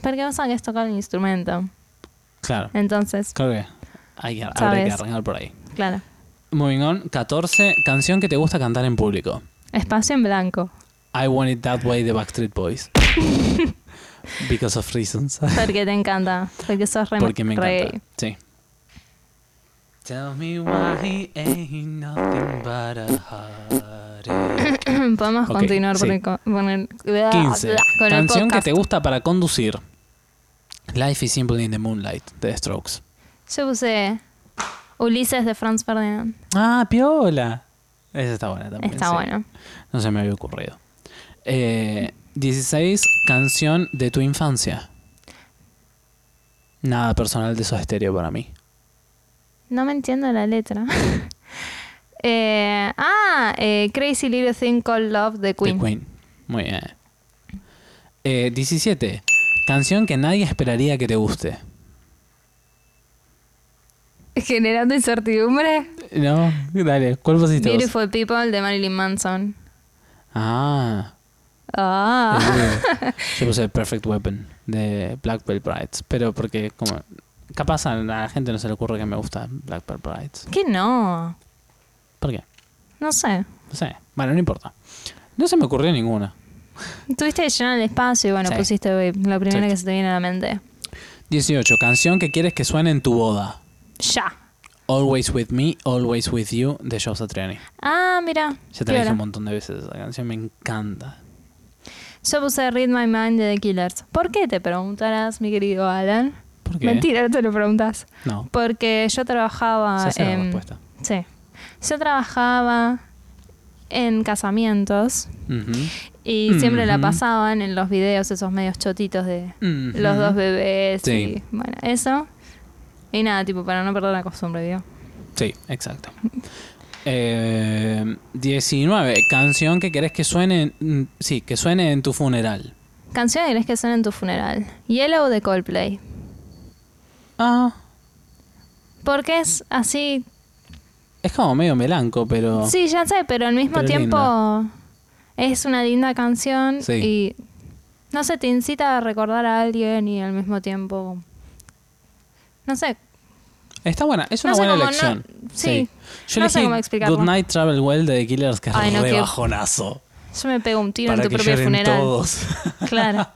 Porque vos sabés tocar un instrumento.
Claro.
Entonces,
Creo que hay, habría que
Sabes.
arrancar por ahí.
claro.
Moving on. 14. Canción que te gusta cantar en público.
Espacio en blanco.
I Want It That Way de Backstreet Boys. Because of reasons.
Porque te encanta. Porque sos re
Porque me
re-
encanta. Sí. Tell me why he ain't nothing but a heartache.
Podemos
Ok,
continuar
sí.
por el co- con el,
15.
con el
Canción que
podcast.
te gusta para conducir. Life is simple in the moonlight de Strokes.
Yo puse Ulises de Franz Ferdinand.
Ah, piola. Esa está buena también.
Está
sí.
bueno.
No se me había ocurrido. Eh, 16. Canción de tu infancia. Nada personal de esos estéreo para mí.
No me entiendo la letra. Eh, ah, eh, Crazy Little Thing Called Love de
The
Queen.
Queen. Muy bien. Eh, 17. Canción que nadie esperaría que te guste.
Generando incertidumbre.
No, dale, ¿cuál pusiste vos?
Beautiful People de Marilyn Manson.
Ah,
Ah.
el libro. yo puse Perfect Weapon de Black Belt Brides, pero porque como capaz a la gente no se le ocurre que me gusta Black Belt Brides.
Que no.
¿Por qué?
No sé.
No sé. Bueno, no importa. No se me ocurrió ninguna.
Tuviste que llenar el espacio y bueno,
Sí.
pusiste eh, la primera
Exacto.
que se te viene a la mente.
18. Canción que quieres que suene en tu boda.
Ya.
Always with me, always with you de Joe Satriani.
Ah, mira.
Ya te la dije
Piola.
un montón de veces esa canción, me encanta.
Yo puse Read My Mind de The Killers. ¿Por qué te preguntarás, mi querido Alan?
¿Por qué?
Mentira, Ah, no te lo preguntas.
No.
Porque yo trabajaba.
Ya sé la
en-
respuesta.
Sí. Yo trabajaba en casamientos
Ujú.
y siempre la
Ujú.
pasaban en los videos, esos medios chotitos de
Ujú.
los dos bebés
Sí.
y bueno, eso. Y nada, tipo, para no perder la costumbre, digo.
Sí, exacto. Eh, 19. Canción que querés que suene. mm, Sí, que suene en tu funeral.
Canción que querés que suene en tu funeral. Yellow de Coldplay.
Ah,
Porque es así.
es como medio melanco, pero.
Sí, ya sé, pero al mismo
Oh. Pero
tiempo
linda.
es una linda canción
Sí.
y no sé, te incita a recordar a alguien y al mismo tiempo. No sé.
Está buena, es una
No sé
buena
cómo,
elección.
no- sí.
Yo
No sé cómo
elegí
explicarlo.
Good Night Travel Well de The Killers, que es
Ay, no,
re
qué-
bajonazo.
Yo me pego un tiro
Para
en tu
que
propio
lloren
funeral.
todos.
Claro.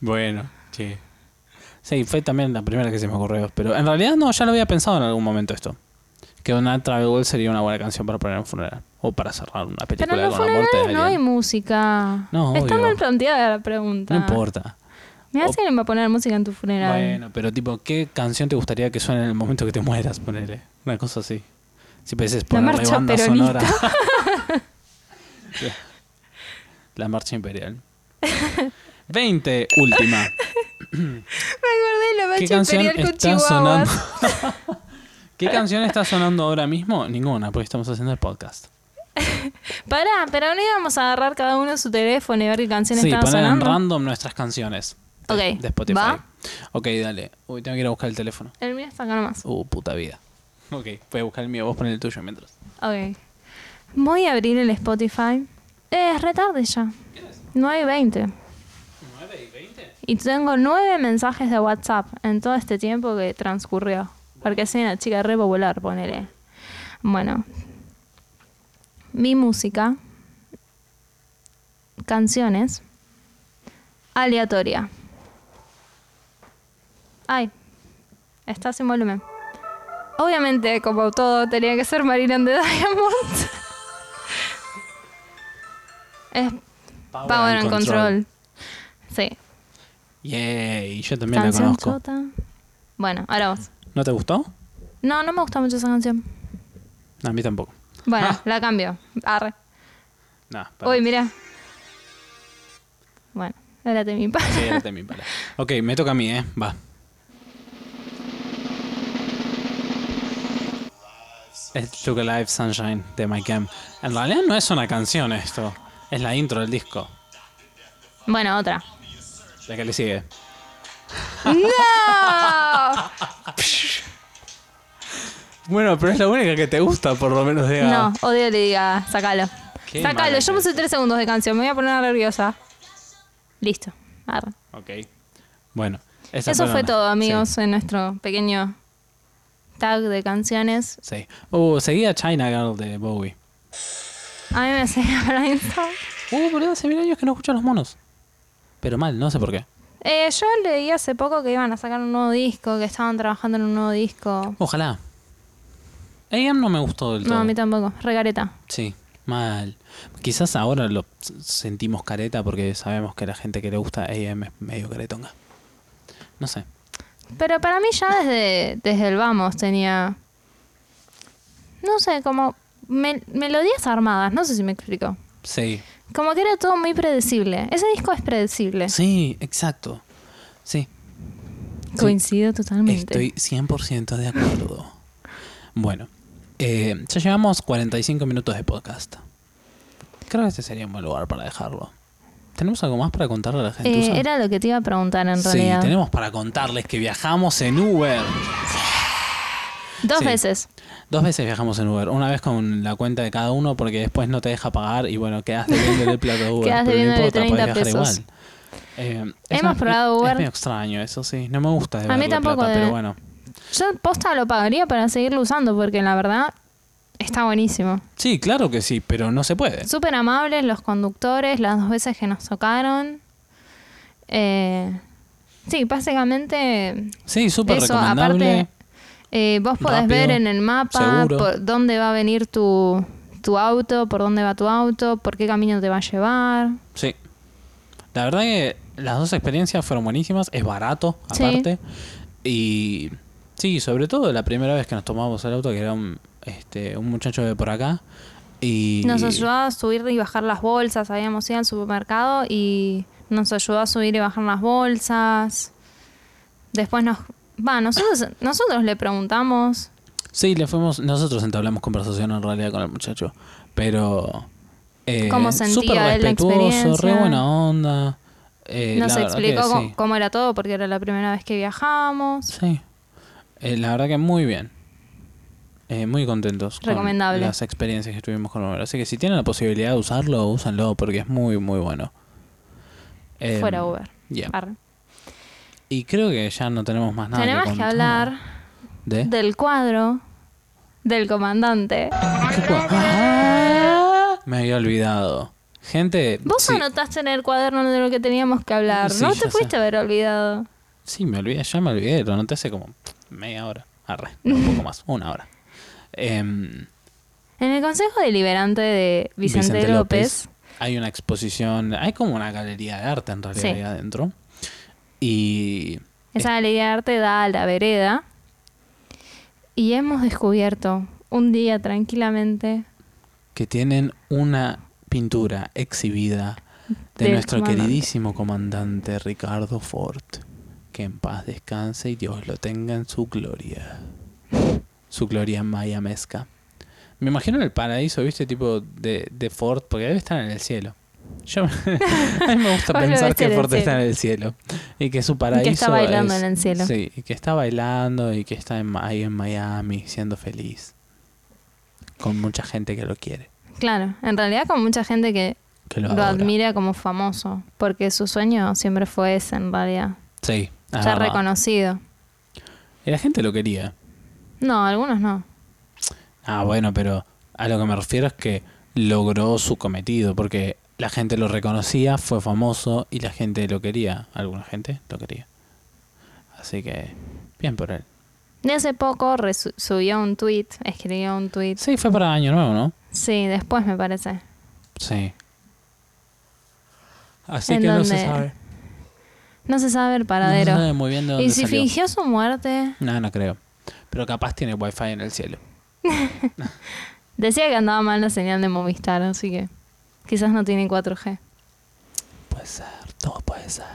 bueno, sí. Sí, fue también la primera que se me ocurrió. Pero en realidad no, ya lo había pensado en algún momento esto. Que Good Night Travel Well sería una buena canción para poner en un funeral. O para cerrar una
Pero
película
en los
con la muerte de
funerales
alguien.
no hay música.
No,
Está
obvio.
mal planteada la pregunta.
No importa.
Mirá si alguien va a poner música en tu funeral.
Bueno, pero tipo, ¿qué canción te gustaría que suene en el momento que te mueras? Ponele. Una cosa así. Si pensás ponerle
marcha
banda
peronista.
sonora. La- La marcha imperial. 20, última.
Me acordé de la
¿Qué
marcha
canción
imperial con
está
chihuahuas.
sonando? ¿Qué canción está sonando ahora mismo? Ninguna, porque estamos haciendo el podcast.
Pará, pero no íbamos a agarrar cada uno su teléfono y ver qué canción
Sí,
estaba
poner en
sonando.
random nuestras canciones. de-
Ok,
De Spotify.
¿va?
Ok, dale. Uy, tengo que ir a buscar el teléfono.
El mío está acá nomás.
Uh, puta vida. Ok, voy a buscar el mío, vos poner el tuyo mientras.
Ok. Voy a abrir el Spotify. Eh, es re tarde ya. 9 y 20. Y tengo nueve mensajes de WhatsApp en todo este tiempo que transcurrió. Porque soy una chica re popular, ponele. Bueno. Mi música. Canciones. Aleatoria. Ay. Está sin volumen. Obviamente, como todo, tenía que ser Marina and the Diamond. es Power, and Control. Sí.
Yay, yo también la
Canción
conozco.
chota. Bueno, ahora vos.
¿No te gustó?
No, no me gusta mucho esa canción.
No, a mí tampoco.
Bueno,
Ah.
la cambio. Arre.
No, para.
Uy, mira. Bueno, era de mi
Sí,
padre.
era de mi pala. Ok, me toca a mí, ¿eh? Va. Es Look Alive Sunshine de Mike M. En realidad no es una canción esto. Es la intro del disco.
Bueno, otra.
La que le sigue.
¡No!
Bueno, pero es la única que te gusta, por lo menos, de
No, odio le diga, sacalo.
Qué
Sacalo,
mala
yo puse tres segundos de canción, me voy a poner nerviosa. Listo. Arre.
Ok. Bueno. esa
Eso
fue
fue
una.
todo, amigos, en nuestro pequeño tag de canciones.
Sí. sí. Uh, seguía China Girl de Bowie.
A mí me seguía Brainstorm.
Uh, boludo, hace mil años que no escucho a los monos. Pero mal, no sé por qué.
Eh, yo leí hace poco que iban a sacar un nuevo disco, que estaban trabajando en un nuevo disco.
Ojalá. AM no me gustó del todo.
No, a mí tampoco. Regareta.
Sí, mal. Quizás ahora lo s- sentimos careta porque sabemos que la gente que le gusta AM es medio caretonga. No sé.
Pero para mí ya desde, desde el vamos tenía... No sé, como mel- melodías armadas, no sé si me explico.
Sí.
Como que era todo muy predecible. Ese disco es predecible.
Sí, exacto. Sí,
Coincido totalmente.
estoy 100% de acuerdo. Bueno, eh, ya llevamos 45 minutos de podcast. Creo que este sería un buen lugar para dejarlo. ¿Tenemos algo más para contarle a la gente?
Eh,
Usa?
era lo que te iba a preguntar en
Sí,
realidad.
tenemos para contarles que viajamos en Uber.
Dos
sí.
veces.
Dos veces viajamos en Uber. Una vez con la cuenta de cada uno porque después no te deja pagar y bueno, quedas debiendo el plato de Uber.
Quedás
pero no
debiéndole
importa, podés
30
viajar
pesos.
igual. Eh,
Hemos
más-
probado Uber.
Es medio extraño, eso sí. No me gusta
mí
deberle
tampoco eh.
plata,
de-
pero bueno.
Yo posta lo pagaría para seguirlo usando porque la verdad está buenísimo.
Sí, claro que sí, pero no se puede.
Súper amables los conductores, las dos veces que nos tocaron. Eh, sí, básicamente
Sí, súper
eso,
recomendable.
aparte eh, vos podés
rápido,
ver en el mapa
seguro.
por dónde va a venir tu, tu auto, por dónde va tu auto, por qué camino te va a llevar.
Sí. La verdad que las dos experiencias fueron buenísimas. Es barato,
Sí.
aparte. Y sí, sobre todo la primera vez que nos tomamos el auto, que era un, este, un muchacho de por acá. Y
Nos ayudó a subir y bajar las bolsas. Habíamos ido al supermercado y nos ayudó a subir y bajar las bolsas. Después nos... Va, nosotros, nosotros le preguntamos.
Sí, le fuimos, nosotros entablamos conversación en realidad con el muchacho, pero eh,
Cómo sentía
súper
él la
respetuoso, re
experiencia.
buena onda. eh,
nos
la verdad que
explicó co-
sí,
cómo, era todo porque era la primera vez que viajamos.
sí. Eh, la verdad que muy bien. Eh, muy contentos con
Recomendable.
las experiencias que tuvimos con Uber. Así que si tienen la posibilidad de usarlo, úsenlo porque es muy, muy bueno. Em,
Fuera Uber.
yeah.
Arre.
Y creo que ya no tenemos más nada
Tenemos que
contar.
hablar
¿De?
del cuadro del comandante.
¿Qué cu- Ah, Me había olvidado. Gente,
Vos
sí,
anotaste en el cuaderno de lo que teníamos que hablar.
Sí,
no
ya
te
sé.
fuiste a haber olvidado.
Sí, me olvidé, ya me olvidé, lo anoté hace como media hora. Arre, no, un poco más, una hora. Em,
En el Consejo Deliberante de Vicente, López
Hay una exposición, hay como una galería de arte en realidad
Sí.
ahí adentro. Y
Esa galería de arte da a la vereda. Y hemos descubierto un día tranquilamente
que tienen una pintura exhibida de
Del
nuestro
comandante.
queridísimo comandante Ricardo Ford. Que en paz descanse y Dios lo tenga en su gloria. Su gloria mayamesca. Me imagino el paraíso, ¿viste? Tipo de, de Ford, porque debe estar en el cielo. Yo, a mí me gusta
Vos lo
pensar
ves
que
en el
Ford está
cielo.
en el cielo. Y que su paraíso.
está bailando
es-
en el cielo.
Sí, y que está bailando y que está en- ahí en Miami siendo feliz. Con mucha gente que lo quiere.
Claro, en realidad con mucha gente que
Que lo,
lo,
adora.
admira como famoso, porque su sueño siempre fue ese en realidad,
Sí. es
ya
verdad.
reconocido.
Y la gente lo quería.
No, algunos no.
Ah, bueno, pero a lo que me refiero es que logró su cometido, porque la gente lo reconocía, fue famoso y la gente lo quería. Alguna gente lo quería. Así que, bien por él.
De hace poco resu- subió un tweet, escribió un tweet.
Sí, fue para Año Nuevo, ¿no?
Sí, después me parece.
Sí. Así
¿En
que no se
dónde?
sabe.
No se sabe el
No se
paradero.
sabe muy bien de dónde
y si
salió.
fingió su muerte,
No, no creo. Pero capaz tiene wifi en el cielo.
decía que andaba mal la señal de Movistar, así que quizás no tiene 4G.
Puede ser, todo puede ser.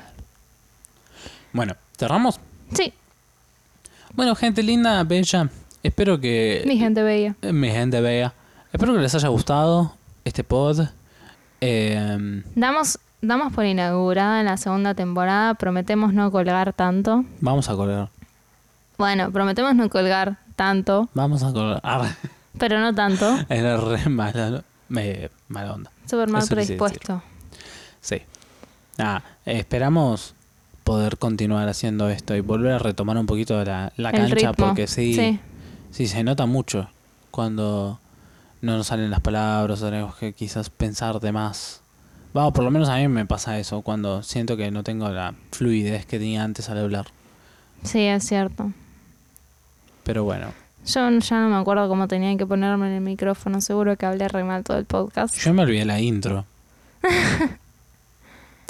Bueno, ¿cerramos?
Sí,
Bueno, gente linda, bella. Espero que...
mi gente veía.
Eh, Mi gente bella. Espero que les haya gustado este pod. Eh,
Damos, damos por inaugurada en la segunda temporada, prometemos no colgar tanto.
vamos a colgar.
Bueno, prometemos no colgar tanto,
Vamos a colgar. Ah,
pero no tanto.
era re mala, ¿no? Me- mala onda.
Súper mal
Eso quise
predispuesto.
Sí. Nada, eh, esperamos poder continuar haciendo esto y volver a retomar un poquito la, la
El
cancha
ritmo.
porque sí,
Sí.
sí. se nota mucho cuando no nos salen las palabras, tenemos que quizás pensar de más. Vamos, por lo menos a mí me pasa eso cuando siento que no tengo la fluidez que tenía antes al hablar.
Sí, es cierto.
Pero bueno,
Yo n- ya no me acuerdo cómo tenía que ponerme en el micrófono. Seguro que hablé re mal todo el podcast.
yo me olvidé la intro.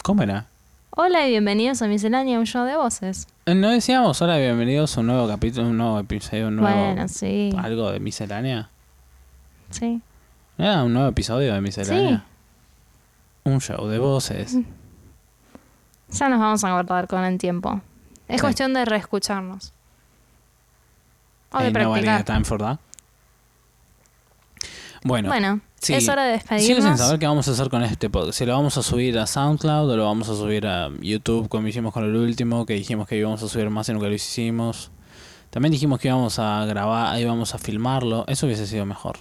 ¿Cómo era?
Hola y bienvenidos a Miscelánea, un show de voces.
Eh, No decíamos, hola, bienvenidos a un nuevo capítulo, un nuevo episodio, un nuevo
Bueno, sí.
algo de miscelánea.
Sí.
¿No Era Ah, un nuevo episodio de miscelánea. Un show de voces.
Ya nos vamos a acordar con el tiempo. Es
Sí.
cuestión de reescucharnos. O de
Ain't nobody
practicar.
got time for that. Bueno,
Bueno,
sí.
es hora de
sigo sin
despedirnos.
saber qué vamos a hacer con este podcast. Si lo vamos a subir a SoundCloud o lo vamos a subir a YouTube, como hicimos con el último, que dijimos que íbamos a subir más y nunca lo hicimos. También dijimos que íbamos a grabar, íbamos a filmarlo. Eso hubiese sido mejor.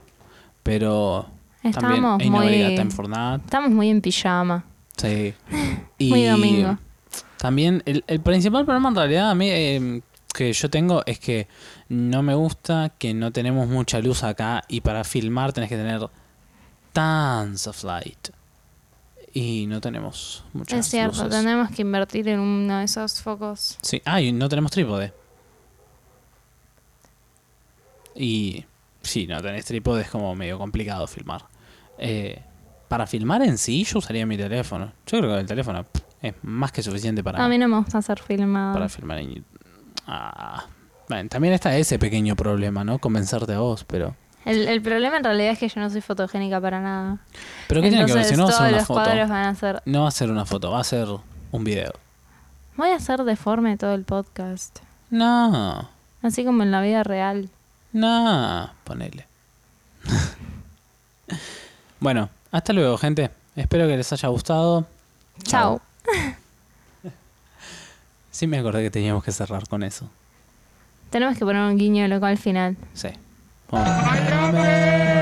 Pero también,
Estamos
ain't nobody got
muy,
time for that.
estamos muy en pijama.
Sí.
Muy domingo.
También el, el principal problema en realidad a mí eh, que yo tengo es que no me gusta que no tenemos mucha luz acá y para filmar tenés que tener tons of light. Y no tenemos muchas
es cierto,
luces.
tenemos que invertir en uno de esos focos.
Sí. Ah, y no tenemos trípode. Y sí, no tenés trípode es como medio complicado filmar. Eh, para filmar en sí, yo usaría mi teléfono. Yo creo que el teléfono pff, es más que suficiente para,
A mí no me gusta ser filmado.
para filmar en YouTube. Ah. Bueno, también está ese pequeño problema, ¿no? Convencerte a vos, pero.
El, el problema en realidad es que yo no soy fotogénica para nada.
¿Pero qué tiene que ver?
Entonces,
Si no va a
todos
ser una
los cuadros
foto.
van a ser.
No va a ser una foto, va a ser un video.
Voy a ser deforme todo el podcast.
No,
Así como en la vida real.
no, ponele. bueno, hasta luego, gente. Espero que les haya gustado.
Chao.
Chau. Sí, me acordé que teníamos que cerrar con eso.
Tenemos que poner un guiño loco al final.
Sí. Vamos.